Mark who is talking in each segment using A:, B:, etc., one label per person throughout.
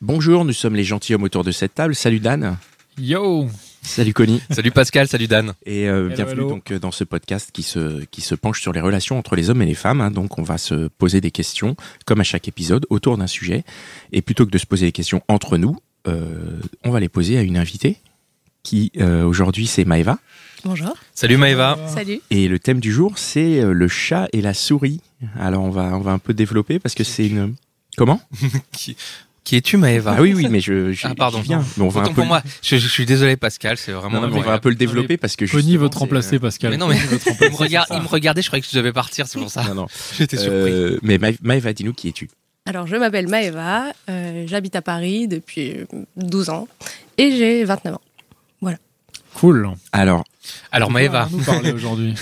A: Bonjour, nous sommes les gentilshommes autour de cette table. Salut Dan.
B: Yo
A: Salut Connie.
C: Salut Pascal, salut Dan.
A: Et euh,
B: Hello,
A: bienvenue
B: hello.
A: donc euh, dans ce podcast qui se, qui se penche sur les relations entre les hommes et les femmes. hein. Donc on va se poser des questions, comme à chaque épisode, autour d'un sujet. Et plutôt que de se poser des questions entre nous, euh, on va les poser à une invitée qui euh, aujourd'hui c'est Maeva.
D: Bonjour.
C: Salut Maëva.
D: Salut.
A: Et le thème du jour c'est euh, le chat et la souris. Alors on va, on va un peu développer parce que c'est une... Comment
C: Qui, qui es-tu Maëva
A: Ah oui, oui, mais je, je
C: Bah Ah, pardon.
A: j'y viens. Mais on va
C: Autant
A: un peu...
C: pour moi. Je, je suis désolé Pascal, c'est
A: Non,
C: vraiment.
A: non, mais on va un peu le développer parce que
B: Connie
A: justement,
B: veut te
A: c'est,
B: remplacer,
A: euh,
B: Pascal.
C: Mais non, mais
B: Connie veut te
C: il
B: remplacer,
C: me, regard-
B: c'est ça.
C: il me regardait, je croyais que tu devais partir, c'est pour ça.
A: euh, Non, non.
C: J'étais surpris.
A: Euh, mais Maë- Maëva, dis-nous qui es-tu
D: Alors, je m'appelle Maëva, euh, j'habite à Paris depuis 12 ans et j'ai 29 ans.
B: Cool.
A: Alors,
C: Alors Maëva,
B: On nous parler aujourd'hui.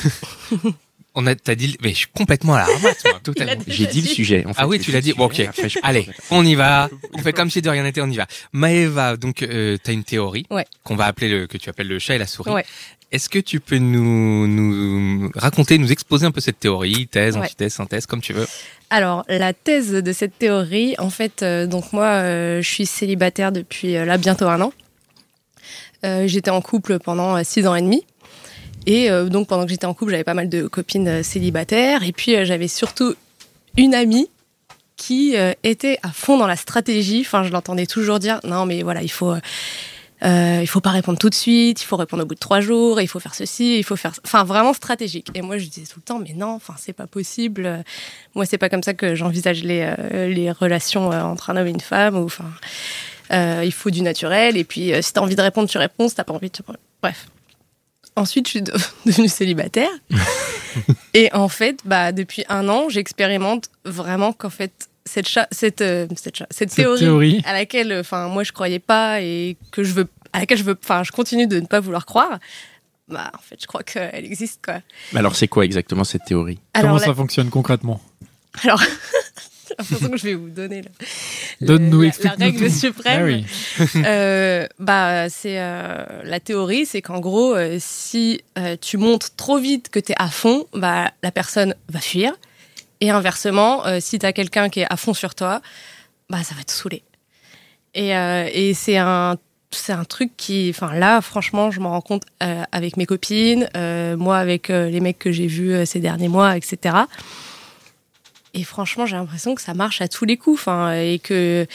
C: on a, t'as dit, mais je suis complètement à la ramasse, moi, totalement.
D: Il a
A: j'ai dit le
D: dit.
A: sujet. en fait.
C: Ah oui,
A: J'ai
C: tu l'as
A: le
C: dit. Bon,
A: sujet,
C: ok.
A: après, je-
C: Allez, on y va. On fait comme si de rien n'était, on y va. Maëva, donc euh, t'as une théorie
D: Ouais.
C: qu'on va appeler le que tu appelles le chat et la souris.
D: Ouais.
C: Est-ce que tu peux nous nous raconter, nous exposer un peu cette théorie, thèse,
D: Ouais.
C: antithèse, synthèse, comme tu veux
D: Alors, la thèse de cette théorie, en fait, euh, donc moi, euh, je suis célibataire depuis euh, là bientôt un an. Euh, j'étais en couple pendant 6 ans et demi. Et euh, donc, pendant que j'étais en couple, j'avais pas mal de copines euh, célibataires. Et puis, euh, j'avais surtout une amie qui euh, était à fond dans la stratégie. Enfin, je l'entendais toujours dire non, mais voilà, il faut. euh, euh, il faut pas répondre tout de suite, il faut répondre au bout de trois jours, il faut faire ceci, il faut faire, enfin vraiment stratégique. Et moi je disais tout le temps, mais non, enfin c'est pas possible, euh, moi, c'est pas comme ça que j'envisage les, euh, les relations euh, entre un homme et une femme. Ou, enfin, euh, il faut du naturel. Et puis, euh, si t'as envie de répondre, tu réponds. Si t'as pas envie, tu... Bref. Ensuite, je suis de- devenue célibataire. et en fait, bah, depuis un an, j'expérimente vraiment qu'en fait, cette, cha- cette, euh, cette, cha- cette
B: Cette
D: théorie,
B: théorie.
D: à laquelle, enfin, moi, je croyais pas et que je veux, à laquelle je veux, enfin, je continue de ne pas vouloir croire. Bah, en fait, je crois qu'elle existe, quoi.
A: Mais Alors, c'est quoi exactement cette théorie
B: Comment
D: la-
B: ça fonctionne concrètement
D: alors, j'ai l'impression que je vais vous donner le-
B: Donne-nous,
D: la- la,
B: explique-nous
D: règle
B: tout.
D: suprême.
B: Ah oui.
D: Euh, bah, c'est euh, la théorie, c'est qu'en gros, euh, si euh, tu montes trop vite que tu es à fond, bah, la personne va fuir. Et inversement, euh, si tu as quelqu'un qui est à fond sur toi, bah, ça va te saouler. Et, euh, et c'est un c'est un truc qui enfin là franchement je m'en rends compte euh, avec mes copines euh, moi avec euh, les mecs que j'ai vus euh, ces derniers mois etc et franchement j'ai l'impression que ça marche à tous les coups enfin et que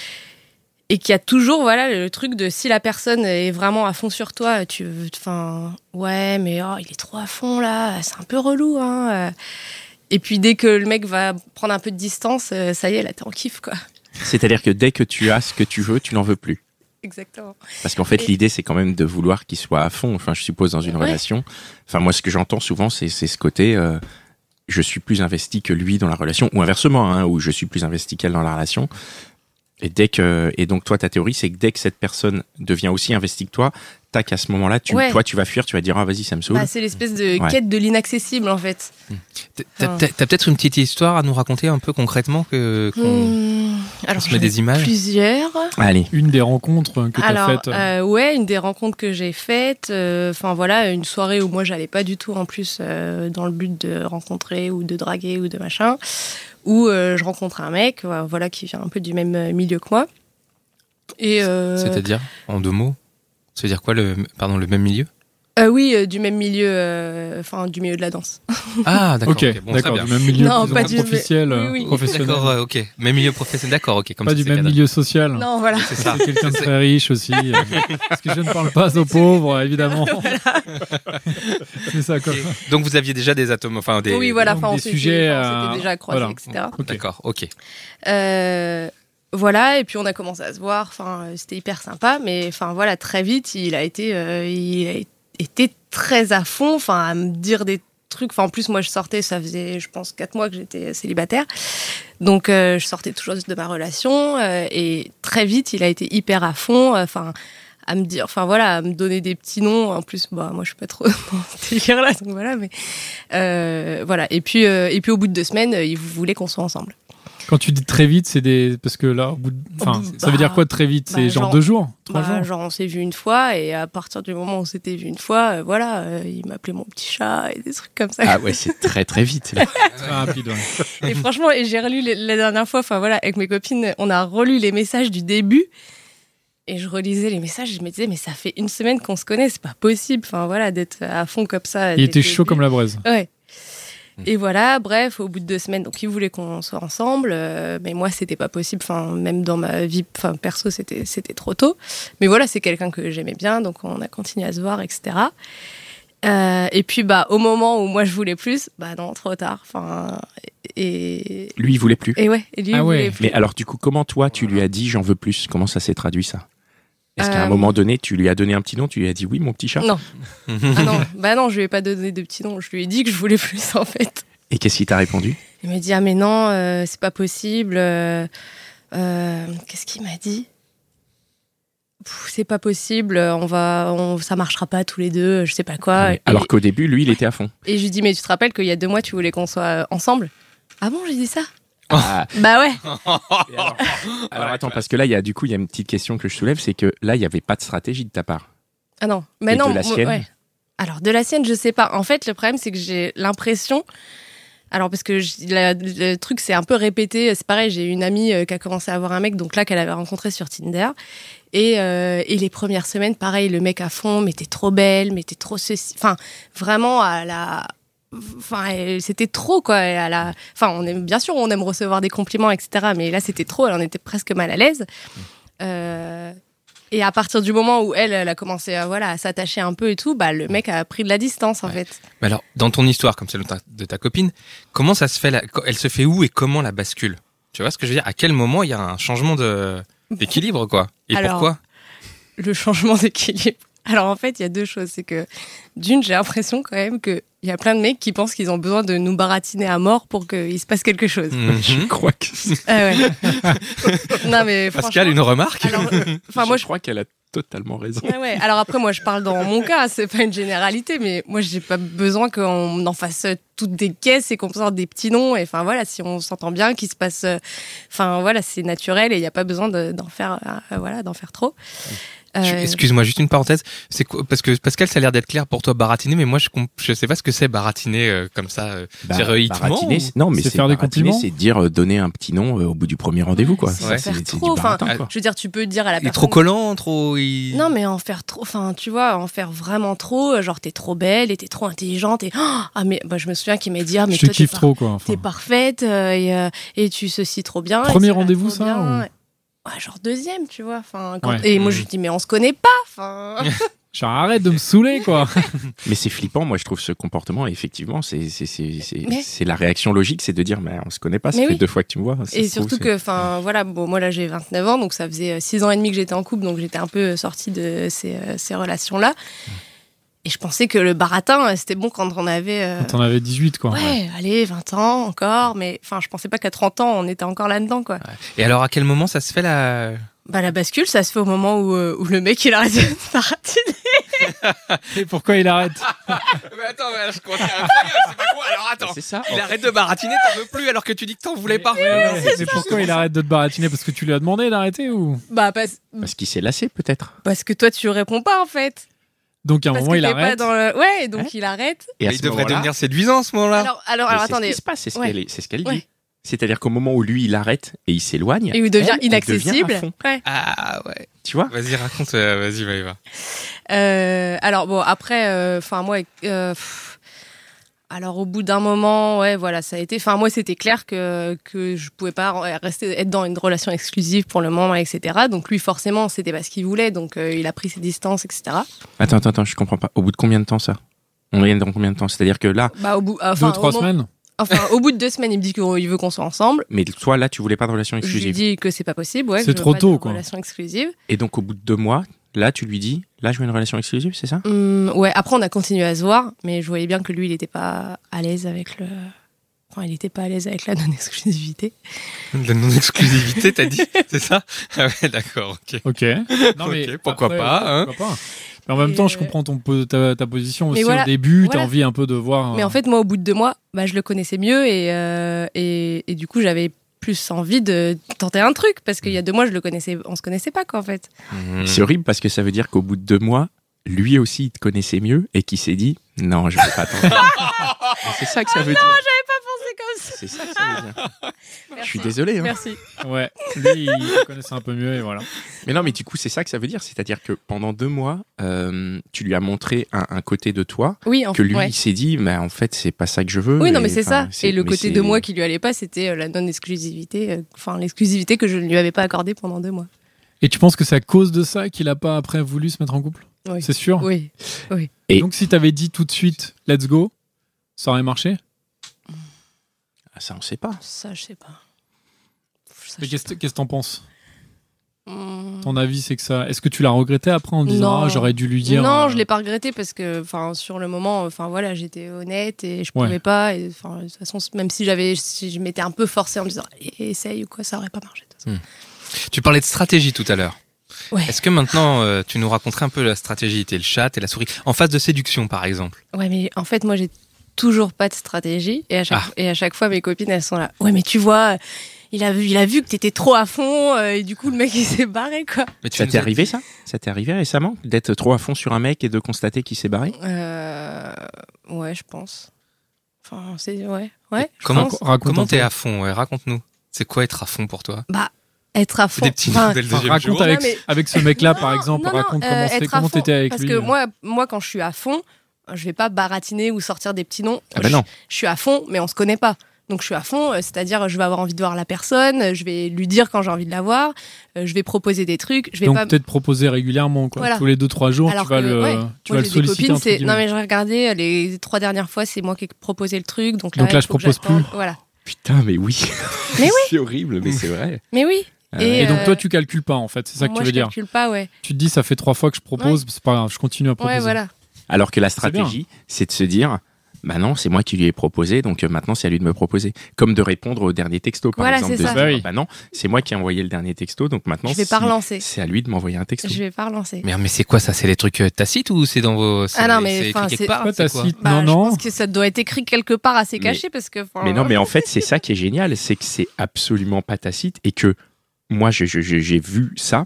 D: et qu'il y a toujours voilà le truc de si la personne est vraiment à fond sur toi tu enfin ouais mais oh, il est trop à fond là c'est un peu relou hein euh. et puis dès que le mec va prendre un peu de distance euh, ça y est là t'es en kiff quoi
A: C'est-à-dire que dès que tu as ce que tu veux, tu n'en veux plus.
D: exactement
A: Parce qu'en fait,
D: Et-
A: l'idée, c'est quand même de vouloir qu'il soit à fond. Enfin, je suppose, dans une
D: Ouais.
A: relation. Enfin, moi, ce que j'entends souvent, c'est c'est ce côté. euh, je suis plus investi que lui dans la relation, ou inversement, hein, où je suis plus investi qu'elle dans la relation. Et dès que, et donc toi, ta théorie, c'est que dès que cette personne devient aussi investie que toi, tac, à ce moment-là, tu,
D: Ouais.
A: toi, tu vas fuir, tu vas dire, ah, vas-y, ça me saoule.
D: Bah, c'est l'espèce de
A: Ouais.
D: quête de l'inaccessible en fait
C: T'as-
D: Oh.
C: T'as t'as- t'as peut-être une petite histoire à nous raconter un peu concrètement que qu'on
D: Hmm, alors
C: se
D: j'en
C: met
D: ai
C: des images.
D: plusieurs
A: Allez.
B: Une des rencontres que tu as
D: Alors,
B: faites. euh,
D: euh, ouais, une des rencontres que j'ai faites, euh, enfin voilà, une soirée où moi j'allais pas du tout en plus euh, dans le but de rencontrer ou de draguer ou de machin, où euh, je rencontre un mec, euh, voilà, qui vient un peu du même euh, milieu que moi. Et euh,
C: C'est-à-dire, en deux mots, ça veut dire quoi le, pardon, le même milieu
D: euh, oui, euh, du même milieu, euh, enfin du milieu de la danse.
C: Ah, d'accord.
B: ok,
C: ok, bon, très
B: d'accord,
C: bien.
B: du même milieu
D: Non,
B: plus ou
D: pas
B: moins
D: du-
B: officiel, euh,
D: oui, oui.
B: professionnel.
C: D'accord, euh, ok. Même milieu professionnel, d'accord, ok. Comme
B: Pas
C: ça,
B: du
C: c'est
B: même
C: cadré.
B: milieu social.
D: Non, voilà.
C: C'est ça.
B: C'est quelqu'un de
C: C'est-
B: très riche aussi. euh, parce que je ne parle pas aux pauvres, évidemment. C'est ça, comme.
C: Donc vous aviez déjà des atomes, enfin des.
D: oui, voilà,
B: donc
D: enfin on
B: des
D: s'était
B: sujets,
D: enfin, on
B: euh,
D: s'était déjà croisés,
B: voilà.
D: etc.
B: Ok.
C: D'accord, ok.
D: Euh, voilà, et puis on a commencé à se voir. Enfin, euh, c'était hyper sympa, mais enfin voilà, très vite, il a été, euh, il a été très à fond. Enfin, à me dire des truc. Enfin, en plus, moi, je sortais, ça faisait, je pense, quatre mois que j'étais célibataire. Donc, euh, je sortais toujours de ma relation. euh, et très vite, il a été hyper à fond. euh, Enfin, à me dire, enfin voilà, à me donner des petits noms. En plus, bah moi je suis pas trop dans ce délire-là, donc voilà. Mais euh, voilà. Et puis euh, et puis au bout de deux semaines, euh, il voulait qu'on soit ensemble.
B: Quand tu dis très vite, c'est des. Parce que là, au bout de- enfin,
D: Bah,
B: ça veut dire quoi de très vite C'est
D: bah,
B: genre,
D: genre-
B: deux jours Trois
D: Bah,
B: jours
D: genre on s'est vu une fois et à partir du moment où on s'était vu une fois, euh, voilà, euh, il m'appelait mon petit chat et des trucs comme ça.
A: Ah ouais, c'est très très vite. là.
B: Très rapide, ouais.
D: Et franchement, et j'ai relu les- la dernière fois, enfin voilà, avec mes copines, on a relu les messages du début. Et je relisais les messages, je me disais, mais ça fait une semaine qu'on se connaît, c'est pas possible, enfin voilà, d'être à fond comme ça.
B: Il était chaud comme la braise.
D: Ouais.
B: Hmm.
D: Et voilà, bref, au bout de deux semaines, donc ils voulaient qu'on soit ensemble, euh, mais moi c'était pas possible. Enfin, même dans ma vie, enfin perso, c'était c'était trop tôt. Mais voilà, c'est quelqu'un que j'aimais bien, donc on a continué à se voir, etc. Euh, et puis bah au moment où moi je voulais plus, bah non, trop tard. Enfin et
A: Lui, il voulait plus.
D: et ouais, et lui
B: Ah
D: il
B: ouais.
D: voulait plus.
A: Mais alors, du coup, comment toi, tu lui as dit j'en veux plus Comment ça s'est traduit ça Est-ce qu'à un
D: Euh,
A: moment donné, tu lui as donné un petit nom Tu lui as dit oui, mon petit chat
D: Non. Ah non, bah non, je lui ai pas donné de petit nom. Je lui ai dit que je voulais plus en fait.
A: Et qu'est-ce qu'il t'a répondu
D: Il me dit ah mais non euh, c'est pas possible. euh, euh, Qu'est-ce qu'il m'a dit Pff, C'est pas possible. euh, On va, on, ça marchera pas tous les deux. Je sais pas quoi.
A: Ouais.
D: Et-
A: Ah, Alors qu'au début, lui, il était à fond.
D: et je lui dis mais tu te rappelles qu'il y a deux mois tu voulais qu'on soit ensemble Ah bon j'ai dit ça
A: Ah,
D: Bah ouais.
A: alors, Ah, alors, attends, parce que là, il y a du coup, il y a une petite question que je soulève, c'est que là, il n'y avait pas de stratégie de ta part.
D: Ah non. Mais
A: Et
D: non.
A: de la
D: moi-
A: sienne
D: ouais. Alors de la sienne je sais pas. En fait le problème c'est que j'ai l'impression alors parce que je- la- le truc c'est un peu répété, c'est pareil, j'ai une amie euh, qui a commencé à avoir un mec, donc là qu'elle avait rencontré sur Tinder, Et, euh, et les premières semaines, pareil, le mec à fond, mais t'es trop belle, mais t'es trop ceci. Enfin, vraiment à la. Enfin, elle- c'était trop quoi. À la... Enfin, on aime bien sûr, on aime recevoir des compliments, etc. Mais là, c'était trop. Elle en était presque mal à l'aise. Euh, Et à partir du moment où elle, elle a commencé à voilà à s'attacher un peu et tout, bah le mec a pris de la distance en
C: Ouais.
D: fait.
C: Mais alors, dans ton histoire, comme celle de ta, de ta copine, comment ça se fait la- Elle se fait où et comment la bascule Tu vois ce que je veux dire À quel moment il y a un changement de d'équilibre, quoi Et
D: Alors,
C: pourquoi
D: le changement d'équilibre. Alors en fait, il y a deux choses. C'est que d'une, j'ai l'impression quand même qu'il y a plein de mecs qui pensent qu'ils ont besoin de nous baratiner à mort pour qu'il se passe quelque chose.
C: Mhm.
A: crois que.
D: Ah ouais. non mais
C: Pascal,
D: franchement,
C: une remarque
D: alors, enfin moi je
A: crois qu'elle a totalement raison.
D: Ah ouais. Alors après, moi, je parle dans mon cas, c'est pas une généralité, mais moi, j'ai pas besoin qu'on en fasse toutes des caisses et qu'on sorte des petits noms. Et enfin voilà, si on s'entend bien, qu'il se passe, euh, enfin voilà, c'est naturel et il n'y a pas besoin de- d'en faire, euh, voilà, d'en faire trop. Euh,
C: Je- Excuse-moi, juste une parenthèse. C'est quoi Parce que Pascal, ça a l'air d'être clair pour toi, baratiner, mais moi, je comp- je sais pas ce que c'est baratiner euh, comme ça. euh. C'est héroïquement
A: baratiner, Bah,
C: ou-
A: c'est- non, mais
B: c'est
A: c'est
B: faire des
A: baratiner,
B: compliments
A: c'est dire euh, donner un petit nom euh, au bout du premier rendez-vous, quoi.
D: c'est
C: Ouais.
D: faire
A: du
D: trop, enfin, euh,
A: baratin, quoi.
D: je veux dire, tu peux dire à la
C: Il est
D: personne.
C: trop collant, trop. il-
D: Ah, Non, mais en faire trop, enfin, tu vois, en faire vraiment trop, euh, genre, t'es trop belle et t'es trop intelligente et, ah, mais, bah, je me souviens qu'il m'a dit, ah, mais
B: Je te
D: toi, t'es
B: kiffe
D: par-
B: trop, quoi. enfin.
D: T'es parfaite euh, et, euh, et tu ceci trop bien. et
B: Premier
D: cela
B: rendez-vous,
D: trop
B: ça,
D: bien. Ouais, genre deuxième, tu vois. Enfin, quand-
B: Ouais.
D: Et moi,
C: Mm.
D: je lui dis, mais on se connaît pas. Enfin,
B: Genre, arrête de me saouler, quoi.
A: Mais c'est flippant, moi je trouve ce comportement, et effectivement, c'est c'est- c'est- c'est-
D: Mais-
A: c'est la réaction logique, c'est de dire, mais on se connaît pas, ça
D: Mais
A: fait
D: oui.
A: deux fois que tu me vois. ça se
D: et
A: trouve,
D: surtout
A: c'est-
D: que, enfin, voilà, bon, moi, là, j'ai 29 ans, donc ça faisait 6 ans et demi que j'étais en couple, donc j'étais un peu euh, sortie de ces, euh, ces relations-là. Et je pensais que le baratin, euh, c'était bon quand on avait. euh,
B: T'en avais 18, quoi.
D: Ouais, allez, 20 ans encore, mais enfin, je pensais pas qu'à 30 ans, on était encore là-dedans, quoi.
C: Et alors, à quel moment ça se fait la.
D: Bah, la bascule, ça se fait au moment où, euh, où le mec, il arrête de se baratiner.
B: Et pourquoi il arrête
D: Ah,
C: Mais attends, mais je comprends. C'est pas quoi Alors,
A: Bah, C'est ça.
C: Il arrête de baratiner, t'en veux plus alors que tu dis que t'en voulais pas.
B: Mais pourquoi il arrête de te baratiner Parce que tu lui as demandé d'arrêter ou
D: Bah, parce,
A: Parce qu'il s'est lassé, peut-être.
D: Parce que toi, tu réponds pas en fait.
B: Donc à un
D: Parce
B: moment
D: que
B: il
D: t'es pas
B: arrête.
D: dans le. Ouais, donc il arrête.
A: Et à
C: il
A: ce
C: devrait
A: moment-là-
C: devenir séduisant à ce moment-là.
D: Alors, alors, alors
A: Mais c'est
D: attendez.
A: Ce qui se passe, c'est ce
D: Ouais.
A: qu'elle est- c'est ce qu'elle
D: Ouais.
A: dit. C'est-à-dire qu'au moment où lui, il arrête et il s'éloigne,
D: Et il devient
A: elle, elle devient
D: inaccessible.
A: à fond.
D: Ouais.
C: Ah ouais.
A: tu vois
C: Vas-y, raconte, euh, vas-y, va y va.
D: Euh, alors bon, après, enfin moi, euh, pff, alors au bout d'un moment, ouais, voilà, ça a été. Enfin moi, c'était clair que que je pouvais pas re- rester être dans une relation exclusive pour le moment, etc. Donc lui, forcément, c'était pas ce qu'il voulait, donc euh, il a pris ses distances, etc.
A: Attends, attends, attends, je comprends pas. Au bout de combien de temps ça On est dans combien de temps C'est-à-dire que là,
D: Bah au bout,
B: Deux
D: enfin
B: trois semaines.
D: Enfin, au bout de deux semaines, il me dit qu'il veut qu'on soit ensemble.
A: Mais toi, là, tu voulais pas de relation
D: Je lui
A: exclusive.
D: dis que c'est pas possible. Ouais, que
B: C'est
D: je veux
B: trop
D: pas
B: tôt,
D: de
B: quoi.
D: Relation exclusive.
A: Et donc, au bout de deux mois, là, tu lui dis, là, je veux une relation exclusive, c'est ça
D: Hum, ouais, après on a continué à se voir, mais je voyais bien que lui, il n'était pas à l'aise avec le. Enfin, il n'était pas à l'aise avec la non-exclusivité.
C: La non-exclusivité, t'as dit C'est ça Ah ouais, d'accord, ok.
B: Ok. Non,
C: Ok, pourquoi pas, hein.
B: pourquoi pas. Mais en même
D: Et
B: temps, je
D: euh,
B: comprends ton, po- ta, ta position aussi
D: voilà,
B: au début. T'as
D: voilà.
B: envie un peu de voir.
D: Mais en
B: euh,
D: fait, moi, au bout de deux mois, bah, je le connaissais mieux et, euh, et, et du coup, j'avais plus envie de tenter un truc parce qu'il y a deux mois, je le connaissais, on se connaissait pas quoi en fait.
A: C'est horrible parce que ça veut dire qu'au bout de deux mois, lui aussi, il te connaissait mieux et qu'il s'est dit, non, je vais pas attendre. c'est ça que ça veut dire.
D: C'est comme ça.
A: C'est ça que ça veut dire. Je suis désolé. hein.
D: Merci.
B: Ouais. Lui, il te connaissait un peu mieux et voilà.
A: Mais non, mais du coup, c'est ça que ça veut dire. C'est-à-dire que pendant deux mois, euh, tu lui as montré un, un côté de toi
D: Oui, en
A: que
D: fait.
A: lui,
D: Oh, ouais.
A: il s'est dit, mais en fait, c'est pas ça que je veux.
D: Oui, non,
A: Et,
D: mais c'est ça.
A: enfin, c'est-
D: Et le
A: mais
D: côté
A: c'est-
D: de moi qui lui allait pas, c'était euh, la non-exclusivité, euh, enfin l'exclusivité que je ne lui avais pas accordée pendant deux mois.
B: Et tu penses que c'est à cause de ça qu'il a pas après voulu se mettre en couple
D: Oui.
B: C'est sûr
D: Oui.
A: Et-
B: Donc, si t'avais dit tout de suite, let's go, ça aurait marché
A: Ah, Ça, on sait pas.
D: Ça, je sais pas. Ça,
B: Mais
D: je-
B: qu'est-ce qu'est-ce que t'en penses
D: Hum.
B: Ton avis, c'est que ça. Est-ce que tu l'as regretté après en disant
D: Non.
B: Ah, j'aurais dû lui dire.
D: non,
B: euh,
D: je l'ai pas regretté parce que, enfin, sur le moment, enfin voilà, j'étais honnête et je
B: Ouais.
D: pouvais pas. Et, enfin, de toute façon, même si j'avais, si je m'étais un peu forcée en me disant, Allez, essaye ou quoi, ça aurait pas marché. de toute façon.
C: Tu parlais de stratégie tout à l'heure.
D: Ouais.
C: Est-ce que maintenant, euh, tu nous raconterais un peu la stratégie T'es le chat, et la souris. En phase de séduction, par exemple.
D: Ouais, mais en fait, moi, j'ai toujours pas de stratégie. Et à, chaque,
C: Ah.
D: et à chaque fois, mes copines, elles sont là. Ouais, mais tu vois, il a vu, il a vu que t'étais trop à fond. euh, et du coup, le mec, il s'est barré, quoi.
C: Mais tu
A: Ça
C: nous
A: t'est
C: as-
A: arrivé, ça Ça t'est arrivé récemment D'être trop à fond sur un mec et de constater qu'il s'est barré
D: Euh, ouais, je pense. Enfin, c'est. Ouais. Ouais. je
C: Comment
D: pense.
B: raconte un
C: Comment t'es
B: peu.
C: à fond ouais, Raconte-nous. C'est quoi être à fond pour toi
D: Être à fond.
C: Des petits
D: Enfin,
C: noms dès le
B: Enfin,
C: deuxième
B: raconte
C: jour.
B: avec,
D: Non, mais-
B: avec ce mec-là, par
D: Non,
B: exemple,
D: non, non,
B: raconte
D: euh,
B: comment
D: être
B: c'était,
D: à
B: comment
D: fond,
B: t'étais avec
D: parce
B: lui. euh.
D: que moi, moi, quand je suis à fond, je vais pas baratiner ou sortir des petits noms.
A: Ah ben
D: je,
A: non.
D: je suis à fond, mais on se connaît pas. Donc je suis à fond, euh, c'est-à-dire euh, je vais avoir envie de voir la personne, euh, je vais lui dire quand j'ai envie de la voir, euh, je vais proposer des trucs, je vais
B: Donc
D: pas.
B: peut-être proposer régulièrement, quoi.
D: Voilà.
B: Tous les deux trois jours,
D: Alors
B: tu vas
D: que,
B: le,
D: ouais,
B: tu vas le
D: Moi, j'ai des
B: solliciter.
D: copines,
B: entre
D: c'est. Non
B: guillemets.
D: mais je regardais euh, les trois dernières fois, c'est moi qui ai proposé le truc, donc là,
B: Donc là,
D: il
B: je
D: faut que
B: propose
D: j'attende.
B: plus.
D: Voilà.
A: Putain, mais oui.
D: Mais oui.
A: C'est horrible, mais c'est vrai.
D: Mais oui.
A: Ah
B: Et
D: Et,
B: donc
D: euh,
B: toi, tu calcules pas, en fait. C'est ça que
D: moi,
B: tu veux
D: je
B: dire.
D: calcule pas, ouais.
B: Tu te dis, ça fait trois fois que je propose, c'est pas grave, je continue à proposer.
D: Ouais, voilà.
A: Alors que la
B: bien.
A: stratégie, c'est de se dire, bah non, c'est moi qui lui ai proposé, donc euh, maintenant c'est à lui de me proposer. Comme de répondre au dernier texto, par
D: Voilà,
A: exemple.
D: c'est
A: de
D: ça.
A: se dire,
B: Bah oui.
A: bah non, c'est moi qui ai envoyé le dernier texto, donc maintenant
D: je vais
A: si-
D: pas relancer.
A: c'est à lui de m'envoyer un texto.
D: Je vais pas relancer.
C: Merde, mais c'est quoi ça C'est les trucs euh, tacites ou c'est dans vos. c'est-
D: Ah non, mais
C: c'est écrit
D: enfin,
C: quelque
D: c'est-
C: part,
B: Pas
C: c'est quoi
B: tacite,
D: Bah,
B: non,
D: Je
B: non.
D: pense que ça doit être écrit quelque part assez
A: Mais-
D: caché parce que. enfin,
A: Mais non, mais en fait, c'est ça qui est génial, c'est que c'est absolument pas tacite et que moi, je- je- je- j'ai vu ça.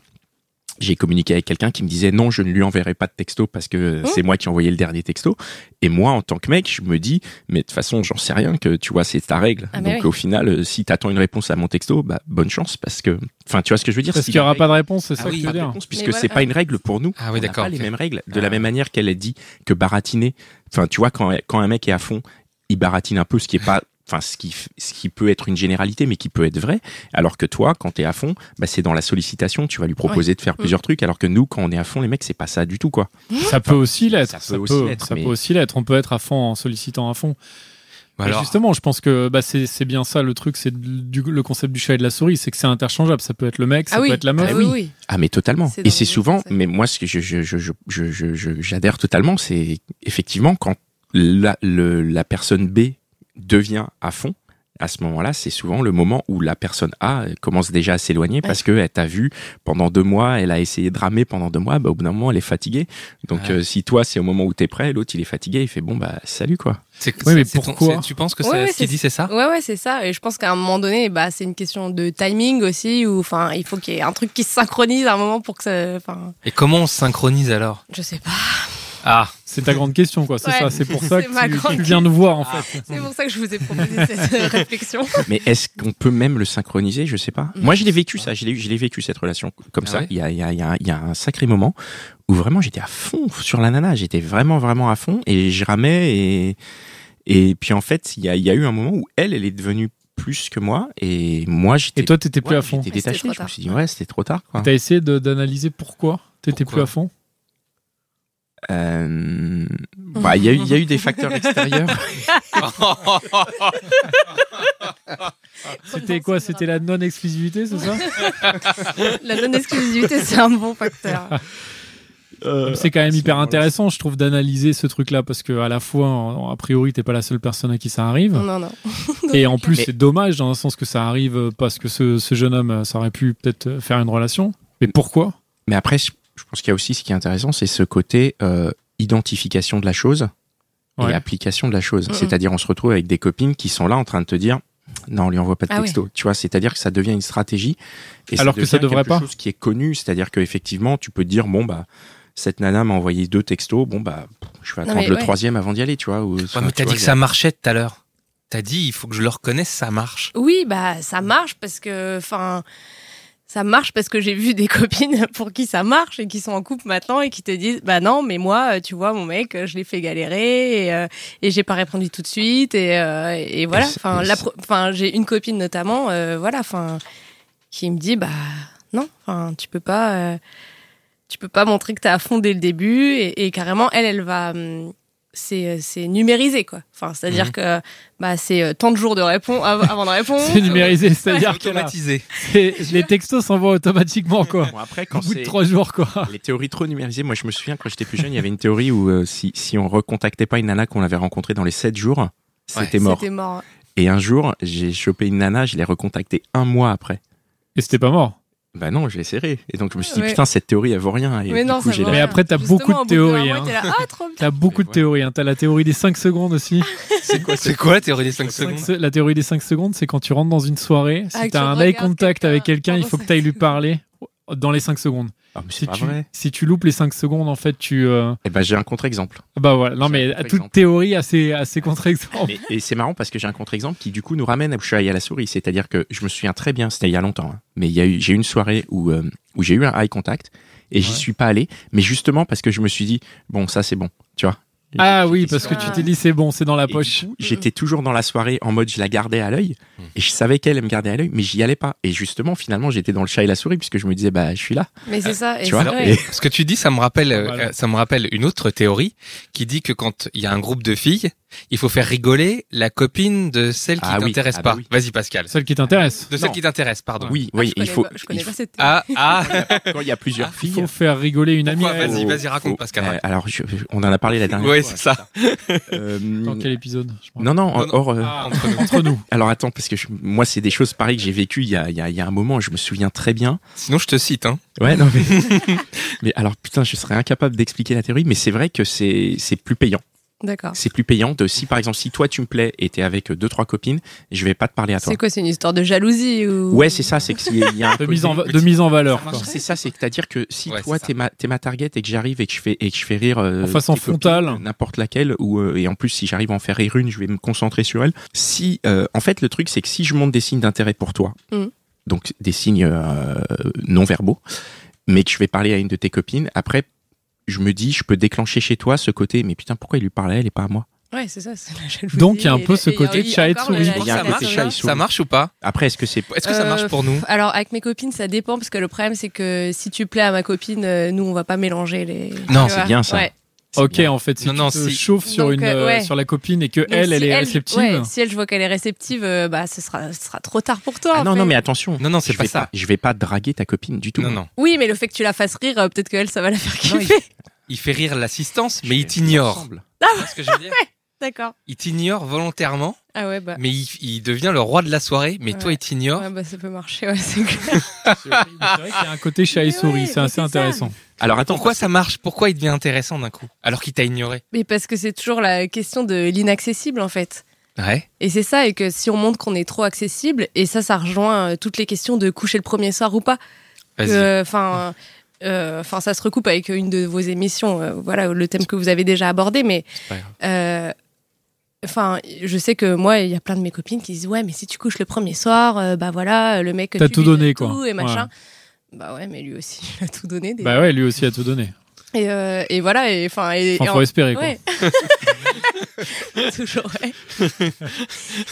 A: J'ai communiqué avec quelqu'un qui me disait non, je ne lui enverrai pas de texto parce que
D: Hmm.
A: c'est moi qui ai envoyé le dernier texto. Et moi, en tant que mec, je me dis, mais de toute façon, j'en sais rien que tu vois, c'est ta règle.
D: Ah, mais
A: Donc
D: oui.
A: au final, euh, si t'attends une réponse à mon texto, bah, bonne chance parce que, enfin, tu vois ce que je veux dire.
B: Parce
A: si
B: qu'il n'y
A: la
B: aura
A: règle-
B: pas de réponse, c'est ça
C: Ah
B: que
C: oui,
B: tu veux
A: pas de
B: dire.
A: réponse, puisque
D: Mais voilà.
A: c'est pas une règle pour nous.
C: Ah oui,
A: On n'a
C: d'accord,
A: Pas les
C: ok.
A: mêmes règles. De
C: Ah.
A: la même manière qu'elle a dit que baratiner. Enfin, tu vois, quand, quand un mec est à fond, il baratine un peu ce qui est pas. Enfin, ce qui, f- ce qui peut être une généralité, mais qui peut être vrai. Alors que toi, quand t'es à fond, bah, c'est dans la sollicitation. Tu vas lui proposer de faire
C: Mm.
A: plusieurs trucs. Alors que nous, quand on est à fond, les mecs, c'est pas ça du tout, quoi.
B: Ça peut aussi l'être.
A: ça
B: Ça,
A: peut
B: peut,
A: aussi l'être,
B: ça
A: mais-
B: peut aussi l'être. On peut être à fond en sollicitant à fond. Mais
C: Bah alors,
B: Justement, je pense que bah, c'est c'est bien ça le truc, c'est du- le concept du chat et de la souris, c'est que c'est interchangeable. Ça peut être le mec, ça
D: Ah oui.
B: peut être la meuf.
D: Ah oui, oui.
A: Ah, mais totalement.
D: C'est dans
A: Et
D: les
A: c'est
D: deux
A: souvent,
D: sens, ouais.
A: mais moi, ce que je, je, je, je, je, je- je- j'adhère totalement, c'est effectivement quand la, le- la personne B devient à fond, à ce moment-là, c'est souvent le moment où la personne A commence déjà à s'éloigner parce que elle t'a vu pendant deux mois, elle a essayé de ramer pendant deux mois, bah, au bout d'un moment, elle est fatiguée. Donc,
C: Ouais.
A: euh, si toi, c'est au moment où t'es prêt, l'autre, il est fatigué, il fait bon, bah, salut, quoi.
C: c'est
B: Oui, mais
C: c'est ton-
B: pourquoi
C: c'est- Tu penses que
D: Ouais,
C: ça-
D: ouais,
C: ce qu'il
D: c'est-
C: dit, c'est ça
D: Ouais, ouais, c'est ça. Et je pense qu'à un moment donné, bah, c'est une question de timing aussi, ou enfin, il faut qu'il y ait un truc qui se synchronise à un moment pour que ça. Enfin,
C: Et comment on se synchronise alors
D: je sais pas.
C: Ah
B: C'est ta grande question, quoi. C'est
D: Ouais.
B: ça. C'est pour ça
D: C'est ma
B: que tu- tu,
D: grande
B: viens de voir, en
C: Ah.
B: fait.
D: C'est pour ça que je vous ai proposé cette euh, réflexion.
A: Mais est-ce qu'on peut même le synchroniser Je sais pas.
D: Mm.
A: Moi, je l'ai vécu ça. Je l'ai, je l'ai vécu cette relation comme
C: Ah
A: ça.
C: ouais
A: Il y a, il y a- il y a- il y a un sacré moment où vraiment j'étais à fond sur la nana. J'étais vraiment, vraiment à fond et je ramais et et puis en fait, il y a, il y a eu un moment où elle, elle est devenue plus que moi et moi j'étais.
B: Et toi, t'étais plus
A: ouais,
B: à fond.
A: J'étais
D: Ouais, c'était
A: détaché.
D: trop
A: Je me suis dit
D: tard.
A: ouais, c'était trop tard. Quoi.
B: T'as essayé de- d'analyser pourquoi t'étais plus
C: Pourquoi
B: à fond
A: Euh, bah, Il y, a eu- il y a eu des facteurs extérieurs.
B: C'était quoi C'était la non-exclusivité, c'est ça
D: La non-exclusivité, c'est un bon facteur.
B: C'est quand même hyper intéressant, je trouve, d'analyser ce truc-là parce que à la fois, en- en- a priori, t'es pas la seule personne à qui ça arrive.
D: Non, non.
B: Et en plus,
A: Mais-
B: c'est dommage dans le sens que ça arrive euh, parce que ce, ce jeune homme, euh, ça aurait pu peut-être euh, faire une relation. Mais pourquoi
A: Mais après, je je pense qu'il y a aussi ce qui est intéressant, c'est ce côté euh, identification de la chose
B: Ouais.
A: et application de la chose.
D: Mm, mm.
A: C'est-à-dire, on se retrouve avec des copines qui sont là en train de te dire. Non, on lui envoie pas de
D: Ah
A: texto. Tu vois, c'est-à-dire que ça devient une stratégie. Et
B: Alors que ça
A: devient
B: devrait
A: quelque
B: pas.
A: chose qui est connu, c'est-à-dire que effectivement, tu peux dire bon bah cette nana m'a envoyé deux textos, bon bah pff, je vais
D: Non,
A: attendre
D: mais
A: le
D: ouais.
A: troisième avant d'y aller, tu vois. Ou,
C: Ouais,
A: enfin,
C: mais
A: tu
C: t'as dit
A: vois,
C: que
A: il y
C: ça
A: a-
C: marchait tout à l'heure. T'as dit, il faut que je le reconnaisse, ça marche.
D: Oui, bah ça marche parce que, enfin, ça marche parce que j'ai vu des copines pour qui ça marche et qui sont en couple maintenant et qui te disent, bah non, mais moi, euh, tu vois, mon mec, euh, je l'ai fait galérer et, euh, et j'ai pas répondu tout de suite et, euh, et voilà.
A: Et c'est-
D: Enfin,
A: et
D: la
A: c'est-
D: pro- enfin, j'ai une copine notamment, euh, voilà, enfin, qui me dit, bah non, enfin, tu peux pas, euh, tu peux pas montrer que t'es à fond dès le début et, et carrément, elle, elle va. hum, c'est, c'est numérisé quoi. Enfin, c'est-à-dire
C: Mhm.
D: que bah, c'est euh, tant de jours de réponse avant de répondre.
B: C'est numérisé, c'est-à-dire que là,
C: Automatisé.
B: c'est- les textos s'envoient automatiquement, quoi.
A: Bon, après,
B: Au
A: quand
B: bout de
A: c'est-
B: trois jours, quoi.
A: Les théories trop numérisées, moi je me souviens quand j'étais plus jeune, il y avait une théorie où euh, si, si on recontactait pas une nana qu'on avait rencontrée dans les 7 jours, c'était
C: Ouais,
A: mort.
D: C'était mort.
A: Et un jour, j'ai chopé une nana, je l'ai recontactée un mois après.
B: Et c'était pas mort.
A: Bah non, j'ai serré. Et donc je me suis dit,
D: Ouais.
A: putain, cette théorie, elle vaut rien. Et
D: Mais
A: du
D: non,
A: coup,
D: ça
A: j'ai
D: va.
A: la-
B: Mais après, t'as
D: Justement,
B: beaucoup de
D: au bout
B: théories,
D: d'un mois,
B: hein.
D: t'es là, ah, trop bien.
B: T'as beaucoup de
A: Ouais.
B: théories. Hein. T'as la théorie des 5 secondes aussi.
C: C'est quoi la théorie des 5
B: Cinq
C: secondes
B: se- La théorie des 5 secondes, c'est quand tu rentres dans une soirée,
D: Ah,
B: si
D: que
B: t'as
D: tu
B: un eye
D: regardes
B: contact
D: quelqu'un
B: avec quelqu'un, il faut que
D: pendant
B: t'ailles lui parler dans les 5 secondes.
A: Ah, mais c'est
B: Si
A: pas
B: tu,
A: vrai.
B: si tu loupes les 5 secondes, en fait, tu. euh,
A: Et bah j'ai un contre-exemple.
B: Bah voilà, non
A: C'est un
B: mais
A: contre-exemple.
B: toute théorie a ses, a ses contre-exemples.
A: Mais- Et c'est marrant parce que j'ai un contre-exemple qui du coup nous ramène à Bouchaille à la souris. C'est-à-dire que je me souviens très bien, c'était il y a longtemps, hein, mais il y a eu, j'ai eu une soirée où, euh, où j'ai eu un eye contact et j'y
B: Ouais.
A: suis pas allé, mais justement parce que je me suis dit, bon, ça c'est bon, tu vois.
B: Ah oui,
A: J'étais
B: parce que
A: sûr.
B: tu t'es dit c'est bon, c'est dans la
A: Et
B: poche.
A: du coup, J'étais toujours dans la soirée en mode je la gardais à l'œil et je savais qu'elle elle me gardait à l'œil, mais j'y allais pas. Et justement, finalement, j'étais dans le chat et la souris puisque je me disais bah je suis là,
D: Mais c'est ça. Et
A: tu
D: c'est
A: vois.
D: vrai.
A: Et-
C: Ce que tu dis, ça me rappelle, euh,
B: Voilà.
C: euh, ça me rappelle une autre théorie qui dit que quand il y a un groupe de filles, il faut faire rigoler la copine de celle qui
A: Ah oui,
C: t'intéresse
A: ah bah
C: pas.
A: oui.
C: Vas-y Pascal.
B: Celle qui t'intéresse.
C: De celle
A: Non.
C: qui t'intéresse, pardon.
A: oui,
D: Ah,
A: oui,
D: je
A: il
D: connais
A: faut.
D: pas- je connais
A: il
D: pas
A: faut-
D: cette théorie.
C: Ah ah.
A: quand il y a plusieurs
B: Il
A: filles.
B: faut faire rigoler une amie.
C: Pourquoi
B: à elle.
C: Vas-y, vas-y, raconte,
A: faut-
C: Pascal,
A: euh,
C: raconte.
A: alors, je- je- on en a parlé la dernière
C: Ouais,
A: fois.
C: c'est ça.
A: Euh,
B: Dans quel épisode je crois.
A: non, non,
C: Non, non.
A: hors, euh,
B: Ah,
C: entre nous.
B: entre nous.
A: Alors attends, parce que je- moi, c'est des choses pareilles que j'ai vécues il y a, il y a- il y a un moment, je me souviens très bien.
C: Sinon, je te cite. Hein.
A: Ouais, non, mais. mais alors, putain, je serais incapable d'expliquer la théorie, mais c'est vrai que c'est c'est plus payant.
D: D'accord.
A: C'est plus payant de si, par exemple, si toi tu me plais et t'es avec deux, trois copines, je vais pas te parler à toi.
D: C'est quoi, c'est une histoire de jalousie ou
A: Ouais, c'est ça, c'est qu'il y a- il y a un.
B: De
A: côté-
B: mise en, va- de mise en valeur. quoi.
A: C'est ça, c'est c'est-à-dire que si
C: Ouais,
A: toi
C: c'est ça.
A: t'es ma, t'es ma target et que j'arrive et que je fais et que je fais rire euh,
B: En façon
A: tes copines,
B: frontale.
A: n'importe laquelle ou euh, et en plus si j'arrive à en faire rire une, je vais me concentrer sur elle. Si euh, en fait le truc c'est que si je montre des signes d'intérêt pour toi,
D: Mm.
A: donc des signes euh, non verbaux, mais que je vais parler à une de tes copines, après je me dis je peux déclencher chez toi ce côté mais putain pourquoi il lui parlait elle et pas à moi.
D: Ouais, c'est ça, c'est la jalousie.
B: Donc, il y a un
D: et-
B: peu ce
D: et il y a-
B: côté
D: il y a
B: chat et
D: encore le-
B: souris.
D: la-
A: Il y a un
D: la-
A: côté
D: la-
A: chat et
D: la-
A: souris.
C: Ça marche ou pas
A: Après est-ce que c'est
C: Est-ce que ça
D: Euh,
C: marche pour nous
D: Alors, avec mes copines, ça dépend parce que le problème, c'est que si tu plais à ma copine, euh, nous, on va pas mélanger les.
A: Non,
D: tu
A: c'est
D: vois
A: bien, ça.
D: Ouais.
A: c'est
B: Ok,
A: bien.
B: en fait, si
C: Non,
B: tu
C: non,
B: te
C: si.
B: chauffes sur,
D: Donc,
B: une,
D: euh,
B: euh,
D: ouais.
B: sur la copine et que
D: Donc,
B: elle,
D: si
B: elle est réceptive,
D: ouais, si elle, je vois qu'elle est réceptive, euh, bah, ce sera, ce sera trop tard pour toi.
A: Ah
D: en
A: non non
D: fait.
A: mais attention.
C: Non, non, c'est
A: Je
C: pas
A: vais
C: ça.
A: je vais pas draguer ta copine du tout.
C: Non, non.
D: Oui, mais le fait que tu la fasses rire, euh, peut-être qu'elle, ça va la faire
A: Non, il-
D: kiffer.
C: Il fait rire l'assistance,
A: Je
C: mais il
A: vais-
C: t'ignore.
A: ensemble.
C: Tu vois ce que je veux dire
D: D'accord.
C: Il t'ignore volontairement,
D: Ah ouais, bah.
C: mais il, il devient le roi de la soirée, mais
D: Ouais.
C: toi, il t'ignore.
D: Ouais, bah, ça peut marcher, ouais, c'est clair.
B: c'est vrai qu'il y a un côté chat et
D: Mais
B: souris,
D: ouais,
B: c'est
D: mais
B: assez
D: c'est ça.
B: intéressant.
A: Alors attends
C: Pourquoi ça marche Pourquoi il devient intéressant d'un coup Alors qu'il t'a ignoré
D: Mais parce que c'est toujours la question de l'inaccessible, en fait.
C: Ouais.
D: Et c'est ça, et que si on montre qu'on est trop accessible, et ça, ça rejoint euh, toutes les questions de coucher le premier soir ou pas.
C: Vas-y.
D: Que, Enfin, euh, enfin, ça se recoupe avec une de vos émissions, euh, voilà, le thème que vous avez déjà abordé, mais.
C: pas grave.
D: euh, Enfin, je sais que moi, il y a plein de mes copines qui disent ouais, mais si tu couches le premier soir, euh, bah voilà, le mec
B: T'as
D: tu
B: tout
D: lui donnes
B: donné, quoi.
D: tout et machin. Bah ouais, mais lui aussi, il a tout donné. déjà.
B: Bah ouais, lui aussi a tout donné.
D: Et, euh, et voilà, et enfin, et,
B: Enfin,
D: et en-
B: faut espérer, quoi.
D: Ouais. Toujours, ouais.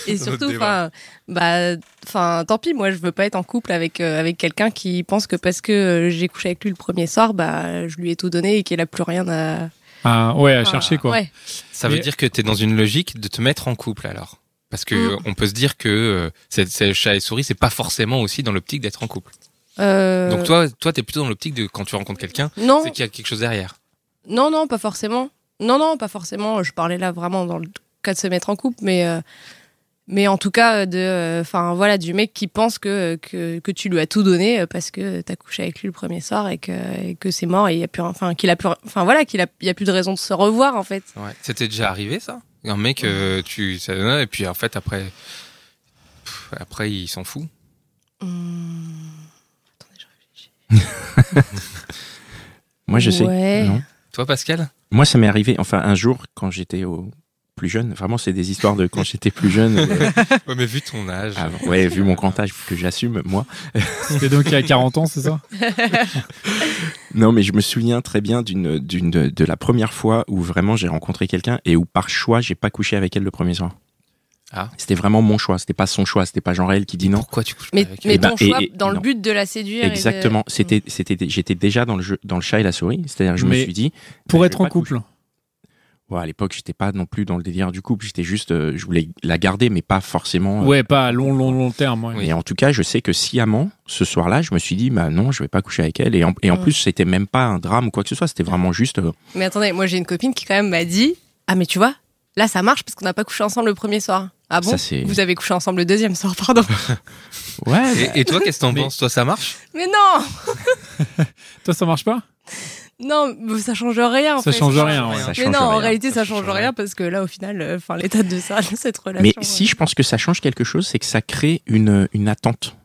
D: Et
C: Notre
D: surtout,
C: débat.
D: enfin, bah, enfin, tant pis, moi, je veux pas être en couple avec, euh, avec quelqu'un qui pense que parce que euh, j'ai couché avec lui le premier soir, bah, je lui ai tout donné et qu'il a plus rien à,
B: Ah, ouais, à
D: Enfin,
B: chercher quoi.
D: ouais.
C: Ça veut
B: Mais-
C: dire que tu es dans une logique de te mettre en couple alors. Parce
D: Mmh.
C: que on peut se dire que euh, c'est- c'est chat et souris, c'est pas forcément aussi dans l'optique d'être en couple.
D: Euh, Oh.
C: Donc toi, toi, t'es plutôt dans l'optique de quand tu rencontres quelqu'un,
D: non,
C: c'est qu'il y a quelque chose derrière.
D: non, non, pas forcément. Non, non, pas forcément. Je parlais là vraiment dans le cas de se mettre en couple, mais, euh, mais en tout cas, euh, de, enfin voilà, du mec qui pense que, que, que tu lui as tout donné euh, parce que t'as couché avec lui le premier soir et que, et que c'est mort et il y a plus, enfin qu'il a plus, enfin voilà, qu'il a, il y a plus de raison de se revoir en fait.
C: Ouais. C'était déjà arrivé ça Un mec, euh, tu, ça- et puis en fait après, pff, après il s'en fout.
D: Hum, Attendez, je réfléchis.
A: Moi, je sais.
D: Ouais.
A: Non.
C: Toi, Pascal
A: Moi, ça m'est arrivé, enfin, un jour, quand j'étais au plus jeune. Vraiment, c'est des histoires de quand j'étais plus jeune. euh,
C: Ouais, mais vu ton âge,
A: ah, ouais, vu mon grand âge que j'assume, moi.
B: C'était donc il y a 40 ans, c'est ça
A: Non, mais je me souviens très bien d'une, d'une, de, de la première fois où vraiment j'ai rencontré quelqu'un et où par choix, j'ai pas couché avec elle le premier soir.
C: Ah.
A: C'était vraiment mon choix. C'était pas son choix. C'était pas genre elle qui dit non.
C: pourquoi tu couches
D: Mais,
C: pas avec
A: Eh
D: mais
C: elle
D: ton
A: ben, et-
D: choix
A: et-
D: dans le
A: non.
D: but de la séduire. et de-
A: Exactement. C'était, c'était, j'étais déjà dans le jeu, dans le chat et la souris. C'est-à-dire, que je
B: Mais
A: me suis dit. bah,
B: Pour
A: je
B: être
A: vais
B: en
A: pas coucher.
B: couple.
A: Ouais, à l'époque, j'étais pas non plus dans le délire du couple. J'étais juste, euh, je voulais la garder, mais pas forcément. euh,
B: Ouais, pas à long, long, long terme. ouais.
C: Oui.
A: Mais en tout cas, je sais que sciemment, ce soir-là, je me suis dit, bah non, je vais pas coucher avec elle. Et en, et en
D: Ah Ouais. Ah.
A: plus, c'était même pas un drame ou quoi que ce soit. C'était vraiment juste. euh,
D: Mais attendez, moi j'ai une copine qui quand même m'a dit Ah, mais tu vois, là ça marche parce qu'on n'a pas couché ensemble le premier soir. Ah bon
A: Ça, c'est-
D: Vous Ah, avez couché ensemble le deuxième soir, pardon. bah,
A: Ouais.
C: Et, et toi, qu'est-ce que t'en
B: Mais-
C: penses Toi, ça marche
D: mais non
B: Toi, ça marche pas
D: Non, mais ça change rien en
B: Ça
D: fait.
B: change rien. ouais.
C: rien.
A: Ça
D: Mais
A: change
D: non, en
A: rien.
D: réalité ça,
C: Ça
D: change
C: change
D: rien
C: rien.
D: parce que là au final, euh, enfin l'état de ça, de cette relation.
A: Mais
D: euh,
A: si je pense que ça change quelque chose, c'est que ça crée une, une attente.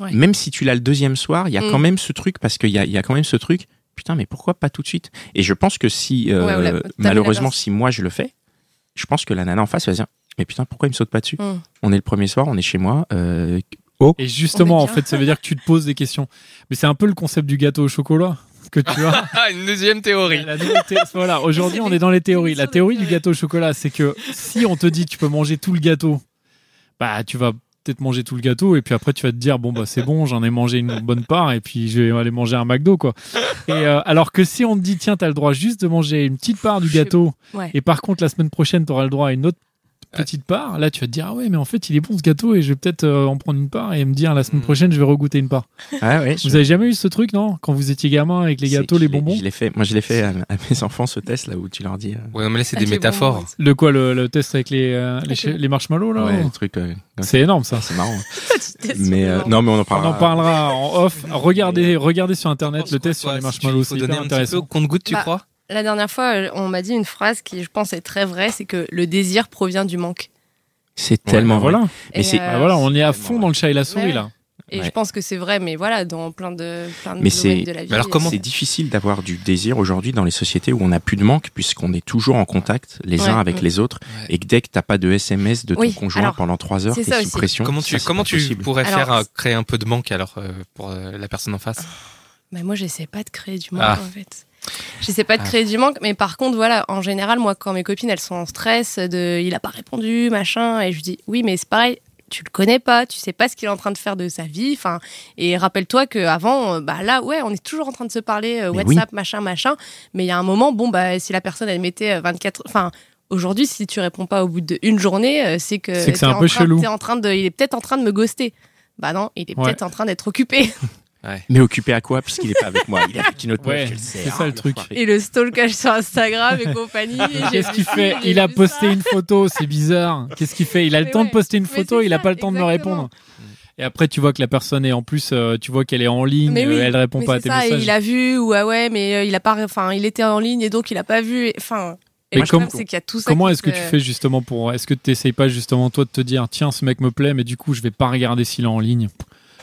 D: Ouais.
A: Même si tu l'as le deuxième soir, il y a
D: Mm.
A: quand même ce truc, parce qu'il y a, il y a quand même ce truc, putain, mais pourquoi pas tout de suite Et je pense que si, euh,
D: Ouais, ou la- t'as vu la
A: malheureusement,
D: personne.
A: si moi je le fais, je pense que la nana en face va se dire, mais putain, pourquoi il me saute pas dessus
D: Mm.
A: On est le premier soir, on est chez moi. euh,
B: Et justement,
D: On est
B: en
D: bien.
B: fait, ça veut dire que tu te poses des questions. Mais c'est un peu le concept du gâteau au chocolat que tu as.
C: Ah, une deuxième théorie.
B: La nouvelle thé- voilà, aujourd'hui,
D: C'est
B: on
D: les-
B: est dans les théories.
D: c'est
B: La
D: sur les
B: théorie du
D: théories.
B: gâteau au chocolat, c'est que si on te dit tu peux manger tout le gâteau, bah tu vas peut-être manger tout le gâteau et puis après tu vas te dire bon bah c'est bon, j'en ai mangé une bonne part et puis je vais aller manger un McDo quoi. Et euh, alors que si on te dit tiens, t'as le droit juste de manger une petite part du
D: Je sais
B: gâteau
D: Ouais.
B: et par contre la semaine prochaine t'auras le droit à une autre petite part, là tu vas te dire ah ouais mais en fait il est bon ce gâteau et je vais peut-être euh, en prendre une part et me dire la semaine
C: Mm.
B: prochaine je vais regoûter une part.
A: Ah ouais, je-
B: Vous avez jamais eu ce truc non quand vous étiez gamin avec les
A: c'est-
B: gâteaux,
A: je
B: les
A: l'ai-
B: bonbons
A: je l'ai fait, Moi, je l'ai fait à, à mes enfants, ce test là où tu leur dis. euh,
C: Ouais, mais là, c'est
D: Ah,
C: des
D: c'est bon,
C: métaphores.
D: ouais.
B: Le quoi, le, le test avec les, euh, les,
D: Avec
B: che-
D: le-
B: les marshmallows là
A: ouais,
B: ou-
A: le truc. euh, comme ça.
B: C'est énorme ça.
A: c'est marrant.
D: C'était
A: mais euh,
D: sûrement-
A: non, mais on en
B: On
A: parlera.
B: en parlera en off. Regardez, regardez sur internet
C: Pense
B: le
C: quoi,
B: test sur
C: toi,
B: les
C: si tu-
B: marshmallows,
C: faut
B: c'est
C: donner
B: hyper
C: un petit peu au
B: intéressant.
C: compte-goutte, tu
D: Bah,
C: crois
D: La dernière fois, euh, on m'a dit une phrase qui, je pense, est très vraie c'est que le désir provient du manque.
A: C'est
C: Ouais,
A: tellement
B: Bah,
A: vrai.
B: voilà.
A: Mais c'est-
B: Bah, voilà, on est à
A: c'est
B: fond dans le chat et la souris
D: Ouais.
B: là.
D: Et
A: Ouais.
D: je pense que c'est vrai, mais voilà, dans plein de, plein de
A: Mais
D: domaines
A: c'est-
D: de la vie.
C: Mais alors comment-
A: C'est difficile d'avoir du désir aujourd'hui dans les sociétés où on n'a plus de manque puisqu'on est toujours en contact les uns
D: Ouais.
A: avec
D: Ouais.
A: les autres
C: Ouais.
A: et que dès que t'as pas de SMS de ton
D: Oui,
A: conjoint
D: alors,
A: pendant trois heures,
D: c'est
A: t'es
D: ça
A: sous
D: aussi.
A: pression.
C: Comment
A: ça,
C: tu,
A: c'est
C: comment
A: pas
C: tu
A: possible.
C: pourrais
D: Alors,
C: faire euh,
D: c'est-
C: créer un peu de manque alors euh, pour euh, la personne en face
A: Ah,
D: Bah, moi, j'essaie pas de créer du manque,
C: Ah.
D: en fait. J'essaie pas de
C: Ah.
D: créer du manque, mais par contre, voilà, en général, moi, quand mes copines, elles sont en stress, de il a pas répondu, machin, et je dis oui, mais c'est pareil, tu le connais pas, tu sais pas ce qu'il est en train de faire de sa vie, enfin, et rappelle-toi qu'avant, bah là, ouais, on est toujours en train de se parler, euh,
A: Mais
D: WhatsApp, machin, machin, mais il y a un moment, bon, bah, si la personne, elle mettait euh, 24, enfin, Aujourd'hui, si tu réponds pas au bout d'une journée, euh, c'est que,
B: C'est que c'est
D: t'es
B: un
D: en
B: peu
D: train-
B: chelou.
D: t'es en train de, il est peut-être en train de me ghoster. Bah non, il est
B: Ouais.
D: peut-être en train d'être occupé.
A: Mais occupé à quoi puisqu'il est pas avec moi Il est avec une autre
B: Ouais,
A: meuf, je le sais. hein,
B: c'est ça, le truc.
A: l'enfoiré.
D: et le stalkage sur Instagram et compagnie. Et j'ai
B: Qu'est-ce
D: vu
B: qu'il
D: ci,
B: fait
D: j'ai
B: Il a
D: vu
B: posté
D: ça.
B: une photo, c'est bizarre. Qu'est-ce qu'il fait Il a le
D: Mais
B: temps de
D: ouais.
B: poster une
D: Mais
B: photo,
D: c'est
B: il a
D: ça,
B: pas le temps de me
D: exactement.
B: répondre. Et après, tu vois que la personne est en plus, euh, tu vois qu'elle est en ligne,
D: Mais oui,
B: euh, elle répond
D: Mais
B: pas à
D: c'est
B: tes
D: ça, et
B: messages.
D: il a vu ou ah ouais, mais euh, il a pas, enfin, il était en ligne et donc il a pas vu. et- Enfin, et
B: Mais
D: le
B: comme-
D: problème, c'est qu'il y a tout ça.
B: Comment
D: qui
B: est-ce que
D: se-
B: tu fais justement pour Est-ce que tu n'essayes pas justement toi de te dire tiens ce mec me plaît mais du coup je vais pas regarder s'il est en ligne.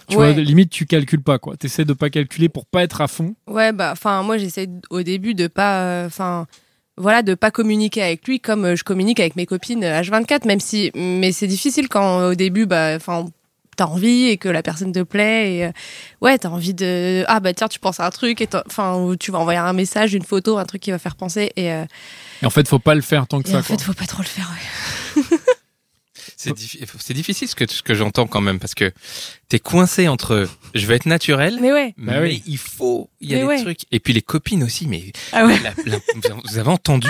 B: Tu
D: Ouais.
B: vois limite tu calcules pas quoi. Tu essaies de pas calculer pour pas être à fond.
D: Ouais, bah, enfin, moi j'essaie d- au début de pas, euh, enfin. voilà, de pas communiquer avec lui comme euh, je communique avec mes copines euh, H24, même si, mais c'est difficile quand euh, au début, bah, enfin, t'as envie et que la personne te plaît et euh, ouais, t'as envie de, ah bah tiens, tu penses à un truc et t'en- enfin, ou tu vas envoyer un message, une photo, un truc qui va faire penser et, euh,
B: Et en fait faut pas le faire tant que
D: et
B: ça
D: en fait,
B: quoi.
D: faut pas trop le faire. ouais.
C: C'est diffi- c'est difficile ce que, ce que j'entends quand même parce que t'es coincé entre je vais être naturel, mais,
E: Mais ouais.
B: Bah oui.
C: il faut, il y a
E: Mais
C: des
E: ouais.
C: trucs. Et puis les copines aussi, mais
E: Ah ouais.
C: la- la- vous avez entendu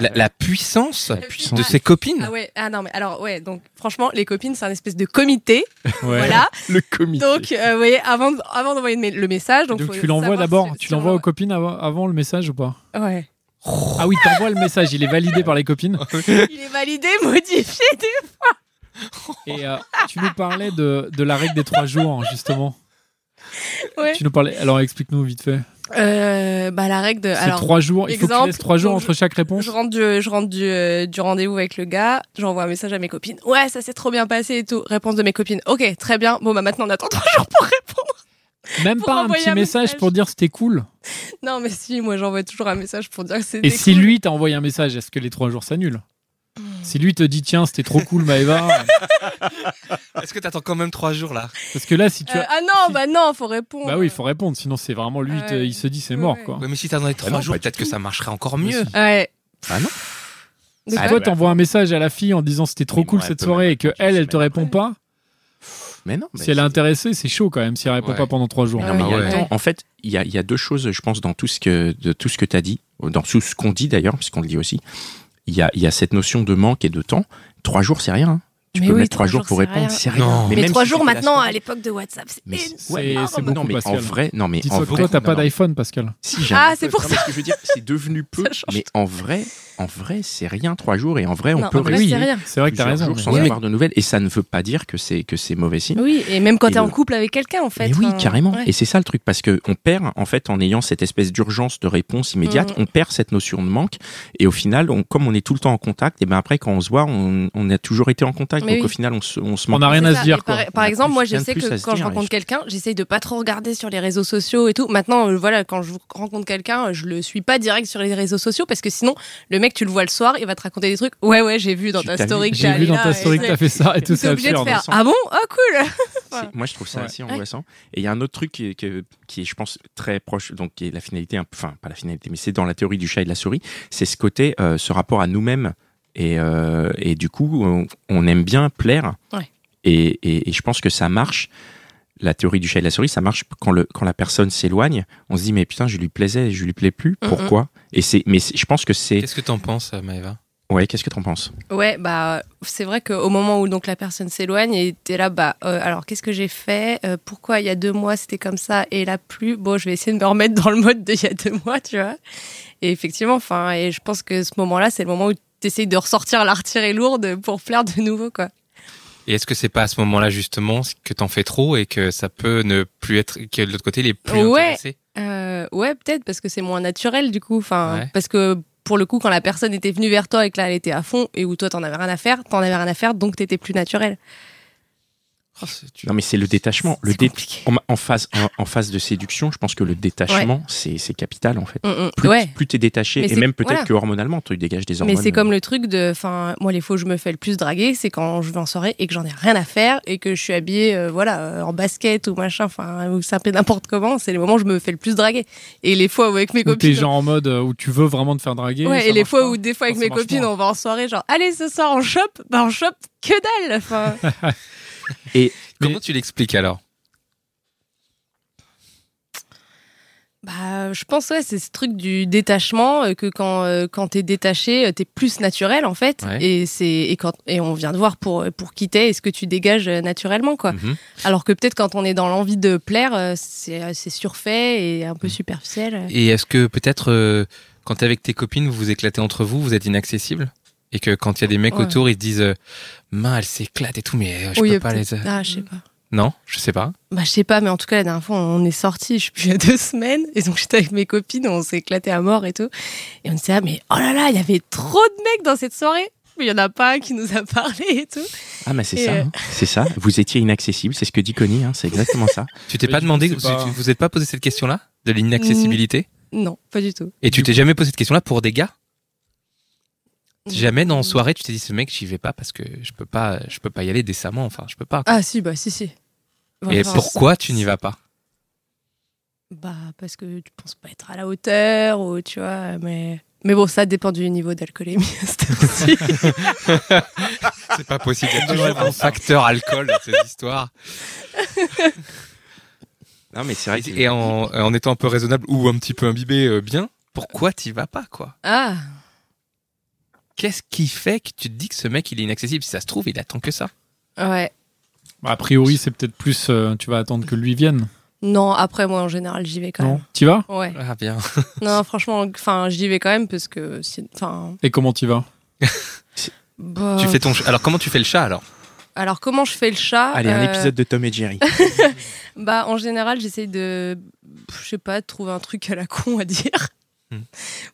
C: la, la puissance
A: puissance.
C: de ces copines
D: Ah ouais, ah non, mais alors, ouais, donc franchement, les copines, c'est un espèce de comité. Voilà.
A: Le comité.
D: Donc, euh, vous voyez, avant, de- avant d'envoyer le me- le message. Donc,
B: Donc,
D: faut
B: tu l'envoies
D: savoir
B: d'abord,
D: si-
B: tu
D: si on
B: l'envoies aux
D: l'envoie-
B: copines avant, avant le message ou pas
D: Ouais.
B: Ah oui, t'envoies le message, il est validé par les copines.
D: Il est validé, modifié.
B: Et euh, tu nous parlais de, de la règle des trois jours, justement.
D: Ouais.
B: Tu nous parlais. Alors explique-nous vite fait.
D: Euh, bah, la règle de.
B: C'est
D: alors,
B: trois jours. Il faut que tu
D: exemple,
B: laisses trois jours
D: donc,
B: entre chaque réponse.
D: Je rentre du, je rentre du, euh, du rendez-vous avec le gars, j'envoie un message à mes copines. Ouais, ça s'est trop bien passé et tout. Réponse de mes copines. Ok, très bien. Bon, bah maintenant on attend trois jours pour répondre.
B: Même
D: pour
B: pas un
D: envoyer
B: petit
D: un
B: message,
D: message.
B: pour dire c'était cool.
D: Non, mais si, moi j'envoie toujours un message pour dire que c'est.
B: Et si lui t'a envoyé un message, est-ce que les trois jours s'annulent
D: Hmm.
B: Si lui te dit tiens c'était trop cool Maëva,
C: Est-ce que t'attends quand même trois jours là
B: parce que là si tu as...
D: ah non, bah non, faut répondre.
B: bah oui il faut répondre sinon c'est vraiment lui
D: Ouais.
B: te- il se dit c'est
D: Ouais,
B: mort
D: ouais.
B: quoi.
C: Ouais, Mais si t'attends les trois
A: Ah non,
C: jours,
A: pas du
C: peut-être que
A: tout.
C: ça marchera encore mieux.
D: Ouais.
A: Ah non.
D: De
A: Ah,
D: quoi
B: Toi t'envoies un message à la fille en disant c'était trop
A: Mais
B: cool
A: bon, elle
B: cette
A: peut
B: soirée
A: même
B: et que
A: répondre
B: elle
A: une
B: elle te
A: semaine
B: répond
A: après.
B: pas.
A: Mais non. mais
B: si elle est
A: c'est-
B: intéressée c'est chaud quand même si elle répond
C: Ouais.
B: pas pendant trois jours.
A: Mais non, mais il y a-
C: Ouais.
A: attends, en fait, il y a, il y a deux choses, je pense, dans tout ce que, de tout ce que tu as dit, dans tout ce qu'on dit d'ailleurs, puisqu'on le dit aussi. Il y a, il y a cette notion de manque et de temps. Trois jours, c'est rien. hein. Tu
D: Mais
A: peux
D: oui,
A: mettre trois
D: trois
A: jours
D: jours,
A: pour
D: c'est
A: répondre,
D: rien.
A: c'est rien.
C: Non.
D: Mais,
A: même
D: trois
A: si
D: jours
A: c'était la
D: maintenant,
A: semaine-
D: à l'époque de WhatsApp, c'est
A: Mais
D: énorme.
A: c'est-
B: Ouais,
A: non,
B: c'est
A: mais
B: beaucoup,
A: en
B: Pascal.
A: vrai, non, mais en
B: Dis-toi que
A: vrai,
B: toi t'as
A: non,
B: pas
A: non.
B: d'iPhone Pascal.
A: Si, j'ai un
D: Ah,
A: peu-
D: c'est pour
A: non, mais ce que je veux dire, c'est devenu peu.
D: Ça change
A: mais en vrai, en vrai, c'est rien. Trois jours et en vrai, on
D: Non,
A: peut
D: en vrai,
A: rester
D: c'est rien.
B: C'est vrai que t'as
A: plusieurs
B: raison.
A: jours
B: mais-
A: sans
C: Oui, mais-
A: avoir de nouvelles. Et ça ne veut pas dire que c'est que c'est mauvais signe.
D: Oui, et même quand
A: Et
D: t'es en
A: le-
D: couple avec quelqu'un, en fait.
A: Mais oui,
D: hein.
A: carrément.
D: Ouais.
A: Et c'est ça le truc, parce que on perd, en fait, en ayant cette espèce d'urgence de réponse immédiate,
D: Mhm.
A: on perd cette notion de manque. Et au final, on, comme on est tout le temps en contact, et ben après, quand on se voit, on, on a toujours été en contact.
D: Mais
A: donc
D: oui.
A: au final, on se, on se
B: On
A: manque.
B: n'a rien
D: C'est
B: à
D: ça.
B: se dire
D: Et par-
B: quoi.
D: Par,
A: On a
D: exemple,
A: plus-
D: moi,
A: rien
D: je
A: de
D: sais
A: plus à
D: que
A: se
D: quand je
A: dire,
D: rencontre
A: et-
D: quelqu'un, j'essaye de pas trop regarder sur les réseaux sociaux et tout. Maintenant, euh, voilà, quand je rencontre quelqu'un, je le suis pas direct sur les réseaux sociaux parce que sinon, le mec, tu le vois le soir, il va te raconter des trucs. Ouais, ouais, j'ai vu dans
A: Tu
D: ta
A: t'as vu-
D: story que
A: j'ai
D: t'es
B: J'ai
D: allé
B: vu dans
D: là,
B: ta
D: et
B: story que t'as fait ça et tout,
D: T'es
B: c'est
D: obligé de
B: absurde.
D: faire. Ah bon Oh cool.
A: C'est- Moi, je trouve ça
B: Ouais.
A: assez angoissant. Et il y a un autre truc qui est, que- qui est, je pense, très proche, donc qui est la finalité, un- enfin, pas la finalité, mais c'est dans la théorie du chat et de la souris, c'est ce côté, euh, ce rapport à nous-mêmes. Et, euh, et du coup, on, on aime bien plaire.
D: Ouais.
A: Et, et- et je pense que ça marche. La théorie du chat et de la souris, ça marche quand, le, quand la personne s'éloigne. On se dit, mais putain, je lui plaisais, je lui plais plus.
D: Mhm.
A: Pourquoi Et c'est, mais c'est- je pense que c'est.
C: Qu'est-ce que t'en penses, Maëva
A: Ouais, qu'est-ce que t'en penses
D: Ouais, bah c'est vrai qu'au moment où donc la personne s'éloigne et t'es là, bah euh, alors qu'est-ce que j'ai fait Euh, Pourquoi il y a deux mois c'était comme ça et là plus Bon, je vais essayer de me remettre dans le mode d'il y a deux mois, tu vois. Et effectivement, enfin, et je pense que ce moment-là, c'est le moment où t'essayes de ressortir la retirée lourde pour plaire de nouveau, quoi.
C: Et est-ce que c'est pas à ce moment-là justement que t'en fais trop et que ça peut ne plus être que de l'autre côté il est plus
D: Ouais.
C: intéressé
D: Euh, ouais, peut-être parce que c'est moins naturel du coup. Enfin,
C: Ouais.
D: parce que pour le coup, quand la personne était venue vers toi et que là elle était à fond et où toi t'en avais rien à faire, t'en avais rien à faire, donc t'étais plus naturel.
C: Oh, c'est- tu-
A: Non, mais c'est le détachement. Le
D: C'est
A: dé-
D: compliqué.
A: en, en phase, en, en phase de séduction, je pense que le détachement, c'est c'est capital en fait.
D: Mm, mm.
A: plus,
D: ouais.
A: plus t'es détaché
D: Mais
A: et
D: c'est-
A: même peut-être
D: voilà.
A: que hormonalement tu dégages des hormones. euh.
D: Mais c'est comme le truc de, enfin, moi les fois où je me fais le plus draguer, c'est quand je vais en soirée et que j'en ai rien à faire et que je suis habillée, euh, voilà, euh, en basket ou machin, enfin, ou sapée n'importe comment, c'est les moments où je me fais le plus draguer. Et les fois où avec mes
B: Ou t'es
D: copines,
B: genre en mode euh, où tu veux vraiment te faire draguer.
D: ouais,
B: ça
D: et les
B: marche
D: fois
B: pas.
D: où des fois avec
B: Ça
D: mes
B: marche
D: copines,
B: pas.
D: on va en soirée, genre, allez ce soir on chope, bah on chope que dalle, enfin.
C: Comment tu l'expliques alors
D: Bah, je pense ouais, c'est ce truc du détachement euh, que quand euh, quand t'es détaché, euh, t'es plus naturel en fait.
C: Ouais.
D: Et c'est et quand et on vient de voir pour pour quitter, est-ce que tu dégages euh, naturellement quoi.
C: Mhm.
D: Alors que peut-être quand on est dans l'envie de plaire, euh, c'est euh, c'est surfait et un peu superficiel.
C: Et est-ce que peut-être euh, quand t'es avec tes copines, vous vous éclatez entre vous, vous êtes inaccessible et que quand il y a des mecs
D: Ouais.
C: autour, ils se disent euh, "Mince, elle s'éclate et tout, mais euh, je
D: Oui,
C: peux
D: euh,
C: pas
D: peut-être.
C: les."
D: Ah, je sais pas.
C: Non, je sais pas.
D: Bah, je sais pas, mais en tout cas, la dernière fois, on est sortis, je sais plus, il y a deux semaines, et donc j'étais avec mes copines, on s'est éclaté à mort et tout. Et on s'est dit, ah, mais oh là là, il y avait trop de mecs dans cette soirée. Mais il y en a pas un qui nous a parlé et tout.
A: Ah mais c'est
D: Et
A: ça,
D: euh-
A: hein. c'est ça. Vous étiez inaccessible, c'est ce que dit Connie, hein, c'est exactement ça.
C: Tu t'es
B: Mais
C: pas
B: du
C: demandé,
B: coup, c'est pas-
C: vous vous êtes pas posé cette question-là de
D: Mm.
C: l'inaccessibilité
D: Non, pas du tout.
C: Et tu t'es jamais posé cette question-là pour des gars Jamais dans
D: Mm.
C: soirée, tu t'es dit ce mec, j'y vais pas parce que je peux pas, je peux pas y aller décemment. Enfin, je peux pas. quoi.
D: Ah si, bah si, si.
C: et
D: Enfin,
C: pourquoi tu n'y vas pas
D: Bah parce que tu penses pas être à la hauteur ou tu vois, mais Mais bon, ça dépend du niveau d'alcoolémie à cette heure-ci.
C: C'est pas possible. Il y a
B: Bonne
C: toujours un
B: réponse.
C: facteur alcool dans ces histoires.
A: Non, mais c'est vrai. que-
C: Et en, en étant un peu raisonnable ou un petit peu imbibé euh, bien, pourquoi t'y vas pas, quoi
D: Ah,
C: Qu'est-ce qui fait que tu te dis que ce mec, il est inaccessible Si ça se trouve, il attend que ça.
D: ouais.
B: Bah, A priori, c'est peut-être plus euh, tu vas attendre que lui vienne.
D: Non, après, moi, en général, j'y vais quand
B: non T'y vas
D: même. Ouais.
C: Ah, bien.
D: Non, franchement, enfin, j'y vais quand même parce que. si- Enfin.
B: Et comment t'y vas
D: bah,
C: Tu fais ton. ch- Alors, comment tu fais le chat alors
D: Alors, comment je fais le chat
A: Allez, un
D: euh,
A: épisode de Tom et Jerry.
D: Bah, en général, j'essaye de. Je sais pas, de trouver un truc à la con à dire.
C: Hmm.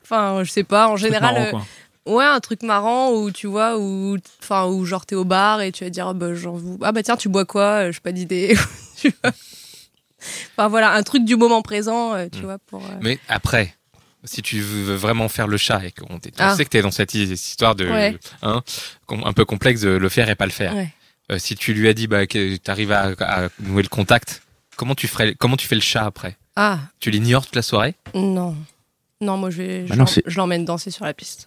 D: Enfin, je sais pas. En
B: C'est
D: général,
B: marrant,
D: euh,
B: quoi.
D: Ouais, un truc marrant où tu vois, où, enfin, où genre t'es au bar et tu vas dire, ah bah, genre, vous- ah bah tiens, tu bois quoi Euh, J'ai pas d'idée. Tu vois. enfin voilà, un truc du moment présent, euh, tu
C: Mm.
D: vois, pour. euh,
C: Mais après, si tu veux vraiment faire le chat et qu'on t'est- on
D: Ah.
C: sait que t'es dans cette hi- histoire de,
D: Ouais.
C: hein, com- un peu complexe de le faire et pas le faire.
D: Ouais.
C: Euh, si tu lui as dit bah, que t'arrives à, à nouer le contact, comment tu ferais, comment tu fais le chat après
D: Ah,
C: Tu l'ignores toute la soirée
D: non. Non, moi je vais.
A: Bah
D: je
A: non,
D: l'em-
A: c'est-
D: je l'emmène danser sur la piste.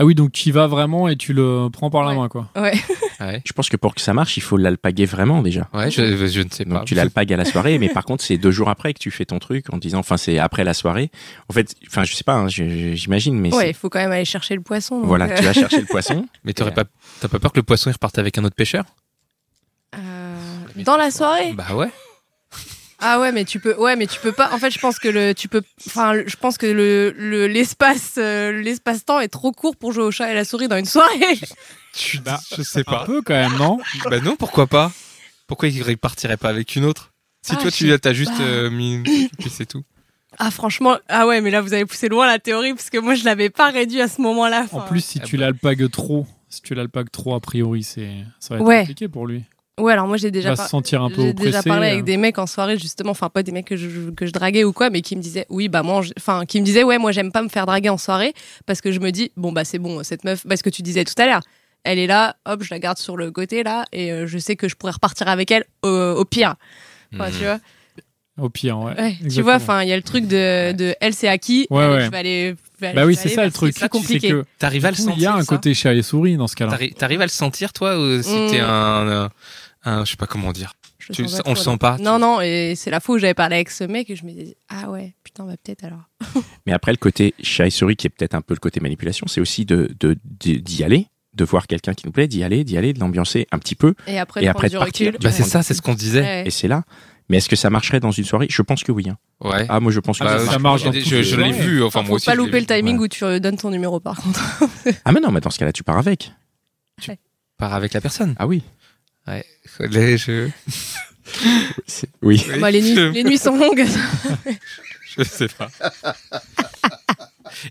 B: Ah oui, donc t'y vas vraiment et tu le prends par la
D: Ouais.
B: main, quoi.
D: Ouais.
C: Ouais.
A: Je pense que pour que ça marche, il faut l'alpaguer vraiment déjà.
C: Ouais, je, je ne sais
A: Donc
C: pas.
A: tu l'alpagues à la soirée, mais par contre c'est deux jours après que tu fais ton truc en disant, enfin c'est après la soirée. En fait, enfin je sais pas, hein, je- je- j'imagine, mais
D: Ouais,
A: c'est-
D: il faut quand même aller chercher le poisson. donc,
A: voilà,
D: euh,
A: tu vas chercher le poisson.
C: Mais t'aurais pas, t'as pas peur que le poisson il reparte avec un autre pêcheur
D: euh, Dans la soirée
C: Bah ouais.
D: Ah ouais, mais tu peux. Ouais, mais tu peux pas. En fait, je pense que le. Tu peux. Enfin, le- je pense que le le- l'espace euh, l'espace-temps est trop court pour jouer au chat et la souris dans une soirée.
C: Tu
B: Bah,
C: je sais
B: Un peu quand même, non
C: bah non, pourquoi pas Pourquoi il repartirait pas avec une autre Si
D: Ah,
C: toi
D: je
C: tu t'as juste
D: pas.
C: euh, mis, une petite pipe et c'est tout.
D: Ah franchement, ah ouais, mais là vous avez poussé loin la théorie parce que moi je l'avais pas réduit à ce moment-là.
B: En
D: Enfin,
B: plus, si
C: Ah
B: tu
C: bah.
B: l'alpagues trop, si tu l'alpagues trop, a priori, c'est ça va être
D: Ouais.
B: compliqué pour lui.
D: Ouais, alors moi j'ai
B: Il
D: déjà,
B: va
D: par-
B: se sentir un peu
D: j'ai
B: oppressé.
D: déjà parlé
B: euh.
D: avec des mecs en soirée justement, enfin pas des mecs que je, que je draguais ou quoi, mais qui me disaient oui bah moi, je- enfin qui me disaient ouais moi j'aime pas me faire draguer en soirée parce que je me dis bon bah c'est bon cette meuf, parce que tu disais tout à l'heure, elle est là, hop je la garde sur le côté là et euh, je sais que je pourrais repartir avec elle euh, au pire,
C: Mmh.
D: Enfin, Bah,
C: Hmm.
D: tu vois.
B: Au pire, ouais.
D: Ouais, tu
B: Exactement.
D: vois, enfin, il y a le truc de, de elle c'est acquis.
B: Ouais,
D: euh,
B: ouais.
D: Je vais aller. je vais aller-
B: Bah
D: je
B: oui,
D: vais
B: c'est
D: aller
B: ça le
D: parce que
B: truc.
D: C'est
B: c'est
D: compliqué.
B: que
C: T'arrives à le
B: du coup,
C: sentir
B: Il y a un
C: ça
B: côté chat et souris dans ce cas-là.
C: T'arri- T'arrives à le sentir, toi, ou si t'es
D: Mm.
C: un, euh, un, Je sais pas comment dire.
D: Je
C: Tu le
D: sens
C: sens-
D: pas
C: on le
D: trop,
C: sent pas. tu-
D: Non, non, et c'est la fois où j'avais parlé avec ce mec et je me disais, ah ouais, putain, bah peut-être alors.
A: Mais après, le côté chat et souris, qui est peut-être un peu le côté manipulation, c'est aussi de de- de- d'y aller, de voir quelqu'un qui nous plaît, d'y aller, d'y aller, de l'ambiancer un petit peu,
D: Et après,
A: Et
D: de
A: après,
D: prendre du
A: de partir.
D: recul.
C: Bah, c'est
D: ouais.
C: ça, c'est ce qu'on disait.
D: Ouais.
A: et c'est là. Mais est-ce que ça marcherait dans une soirée Je pense que oui. hein.
C: Ouais. Bah,
A: Ah, moi je pense que ça
B: Ah, ça
A: marche.
B: marche
C: je-
B: dans
C: Je,
B: toutes
C: je
B: les soirées.
C: l'ai vu. Enfin, moi
D: Faut
C: aussi.
D: pas
C: je l'ai
D: louper
C: vu.
D: le timing
A: Ouais.
D: où tu euh, donnes ton numéro par contre.
A: Ah, mais non, mais dans ce cas-là, tu pars avec.
C: Part avec la personne.
A: Ah oui.
C: Les- je-
A: C'est- Oui.
D: Bah, les, nuits, les nuits sont longues.
C: Je sais pas.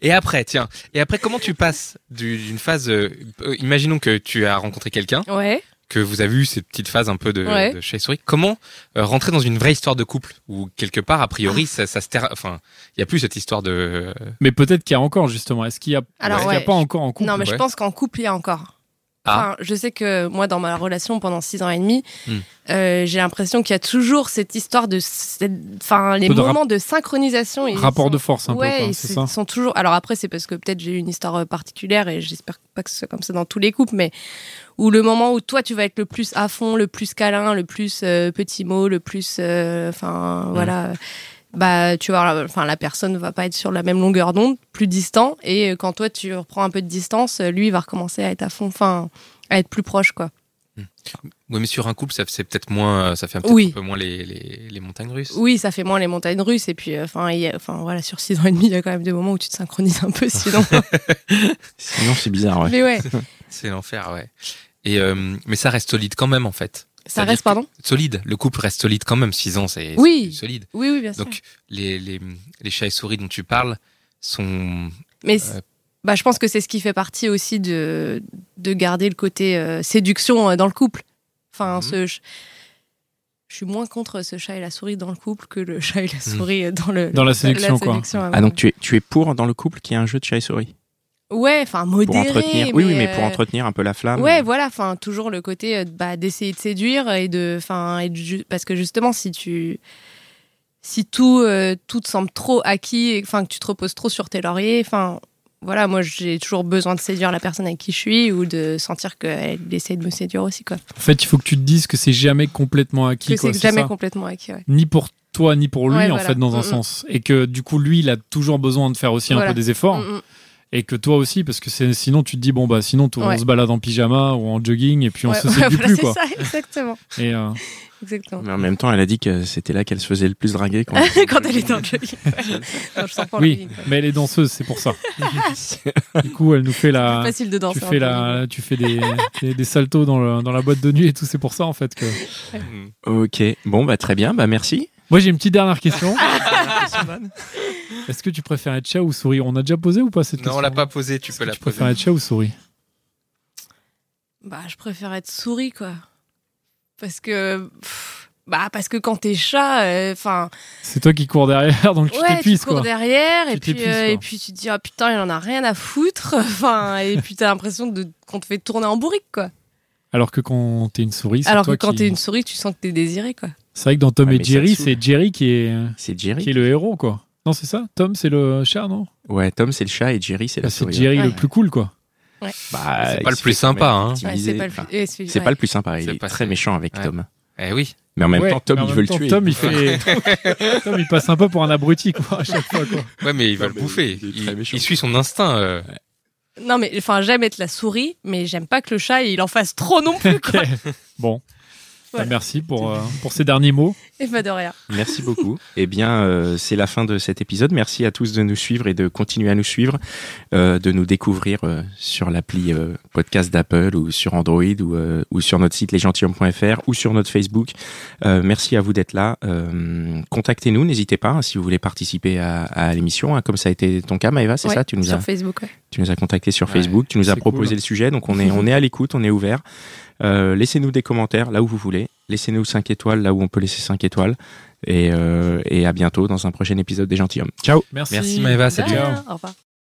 C: Et après, tiens. Et après, comment tu passes du- d'une phase. euh, euh, imaginons que tu as rencontré quelqu'un,
D: Ouais.
C: que vous avez eu cette petite phase un peu de,
D: Ouais.
C: de chat et souris. Comment euh, rentrer dans une vraie histoire de couple où quelque part, a priori, ça, ça se terra- Enfin, il y a plus cette histoire de. euh,
B: Mais peut-être qu'il y a encore, justement. Est-ce qu'il y a,
D: Alors,
B: est-ce qu'il y a
D: ouais.
B: pas encore en couple
D: Non, mais je
C: ouais.
D: pense qu'en couple, il y a encore.
C: Ah.
D: Enfin, je sais que moi, dans ma relation pendant six ans et demi,
C: Hmm.
D: euh, j'ai l'impression qu'il y a toujours cette histoire de. cette- Enfin, les
B: Peu de rap-
D: moments de synchronisation. ils
B: Rapport
D: sont-
B: de force, un peu,
D: ouais,
B: quoi,
D: ils
B: c'est
D: se-
B: ça
D: sont toujours. Alors après, c'est parce que peut-être j'ai eu une histoire euh, particulière et j'espère pas que ce soit comme ça dans tous les couples, mais où le moment où toi tu vas être le plus à fond, le plus câlin, le plus euh, petit mot, le plus, euh, enfin voilà, euh, bah tu vois, enfin la personne va pas être sur la même longueur d'onde, plus distant, et euh, quand toi tu reprends un peu de distance, euh, lui il va recommencer à être à fond, enfin à être plus proche quoi.
C: Oui, mais sur un couple, ça c'est peut-être moins, euh, ça fait peut-être
D: Oui.
C: un peu moins les, les, les montagnes russes.
D: Oui, ça fait moins les montagnes russes, et puis euh, enfin il y a- enfin voilà sur six ans et demi, il y a quand même des moments où tu te synchronises un peu sinon.
A: Sinon, c'est bizarre, ouais.
D: mais ouais,
C: C'est l'enfer, ouais. Et euh, mais ça reste solide quand même en fait.
D: ça
C: C'est-à-dire
D: reste pardon.
C: Solide. Le couple reste solide quand même. Six ans, c'est
D: Oui.
C: c'est solide.
D: Oui, oui, bien sûr.
C: Donc les, les les chats et souris dont tu parles sont
D: Mais c-
C: Euh,
D: bah, je pense que c'est ce qui fait partie aussi de, de garder le côté euh, séduction euh, dans le couple. Enfin,
C: Mhm.
D: ce, je, je suis moins contre ce chat et la souris dans le couple que le chat
A: Mhm.
D: et la souris euh, dans le
B: Dans la séduction, quoi.
D: ouais,
A: Ah, donc tu es, tu es pour dans le couple qu'il y ait un jeu de chat et souris
D: ouais, enfin
A: Pour
D: modéré.
A: entretenir. Oui, oui, mais pour
D: euh,
A: entretenir un peu la
B: Ah,
A: flamme.
D: Ouais, voilà, enfin toujours le côté euh, bah, d'essayer de séduire et de, enfin, et de ju- parce que justement si tu si tout euh, tout te semble trop acquis, et- enfin que tu te reposes trop sur tes lauriers, enfin voilà, moi j'ai toujours besoin de séduire la personne avec qui je suis ou de sentir qu'elle essaie de me séduire aussi quoi.
B: En fait, il faut que tu te dises que c'est jamais complètement acquis.
D: que
B: quoi,
D: c'est
B: c'est
D: jamais
B: ça
D: complètement acquis. ouais.
B: ni pour toi ni pour lui
D: Ouais,
B: en
D: voilà.
B: fait dans un
D: Mm, mm.
B: sens et que du coup lui il a toujours besoin de faire aussi un
D: Voilà.
B: peu des efforts
D: Mm, mm.
B: et que toi aussi parce que c'est- sinon tu te dis bon bah sinon tout- on
D: Ouais.
B: se balade en pyjama ou en jogging et puis on
D: Ouais,
B: se séduit
D: voilà,
B: plus
D: c'est
B: quoi
D: ça, exactement,
B: et euh,
D: exactement.
A: Mais en même temps, elle a dit que c'était là qu'elle se faisait le plus draguer. Quand,
D: Quand elle est dans le jogging. ouais. Non, je sens pas le
B: oui
D: jogging, quoi.
B: mais elle est danseuse c'est pour ça du coup elle nous fait la
D: C'est facile de danser.
B: Euh, tu
D: en
B: fais
D: jogging.
B: la tu fais des, des, des saltos dans, le- dans la boîte de nuit et tout c'est pour ça en fait que
A: Ok, bon, bah très bien, bah merci.
B: moi j'ai une petite dernière question est-ce que tu préfères être chat ou souris on a déjà posé ou pas cette
C: Non,
B: question
C: on l'a pas posé, tu
B: Est-ce
C: peux
B: que
C: la
B: tu préfères
C: poser.
B: être chat ou souris
D: Bah, je préfère être souris, quoi. Parce que. pff, bah, parce que quand t'es chat, euh, enfin.
B: c'est toi qui cours derrière donc tu
D: ouais, tu
B: t'épuises
D: cours
B: quoi
D: derrière, et
B: Tu
D: puis,
B: t'épuises,
D: euh,
B: quoi.
D: et puis tu te dis, ah putain, il en a rien à foutre. Enfin, et puis t'as l'impression de- qu'on te fait tourner en bourrique, quoi.
B: Alors que quand t'es une souris, c'est
D: Alors que
B: toi
D: quand
B: qui-
D: t'es une souris, tu sens que t'es désiré, quoi.
B: C'est vrai que dans Tom
A: Ah,
B: et
A: mais ça
B: Jerry,
A: te saoule.
B: c'est Jerry qui est,
A: C'est
B: qui
A: Jerry.
B: est le héros, quoi. Non, c'est ça Tom, c'est le chat, non
A: Ouais, Tom, c'est le chat et Jerry, c'est la
B: Bah, C'est
A: souris.
B: Jerry
D: Ouais.
B: le plus cool, quoi.
A: Bah,
C: C'est
A: il
C: pas le
A: se
C: plus
A: fait quand même
C: sympa, hein.
D: Ouais,
A: victimiser.
D: c'est pas le
A: Enfin,
D: plus. et c'est-
A: c'est
D: ouais.
A: pas le plus sympa, il
C: C'est
A: est
C: pas
A: très
C: ça.
A: méchant avec
C: Ouais.
A: Tom.
C: Eh oui.
A: Mais en même
B: Ouais,
A: temps, Tom,
B: mais en
A: il
B: même
A: veut le
B: temps,
A: tuer.
B: Tom, il fait. Tom, il passe un peu pour un abruti, quoi, à chaque fois, quoi.
C: Ouais, mais il va
A: Non,
C: le
A: mais
C: bouffer.
A: il est très
C: Il,
A: méchant.
C: il suit son instinct. euh.
D: Non, mais enfin, j'aime être la souris, mais j'aime pas que le chat, il en fasse trop non plus, quoi.
B: Bon.
D: Voilà.
B: Bah, merci pour, euh, pour ces derniers mots.
D: et pas de rien.
A: Merci beaucoup. eh bien, euh, c'est la fin de cet épisode. Merci à tous de nous suivre et de continuer à nous suivre, euh, de nous découvrir euh, sur l'appli euh, podcast d'Apple ou sur Android ou, euh, ou sur notre site lesgentilhommes.fr ou sur notre Facebook. Euh, merci à vous d'être là. Euh, Contactez-nous, n'hésitez pas hein, si vous voulez participer à, à l'émission, hein, comme ça a été ton cas, Maëva, c'est
D: Ouais,
A: ça tu nous,
D: Sur
A: as,
D: Facebook, ouais.
A: tu nous as contacté sur
C: Ouais,
A: Facebook, tu nous as
B: c'est
A: proposé
B: cool.
A: le sujet, donc on est, on est à l'écoute, on est ouvert. Euh, laissez-nous des commentaires là où vous voulez. Laissez-nous 5 étoiles là où on peut laisser 5 étoiles. Et, euh, et à bientôt dans un prochain épisode des Gentilhommes. Ciao
C: Merci Maëva, salut. hein.
D: De rien, Au revoir.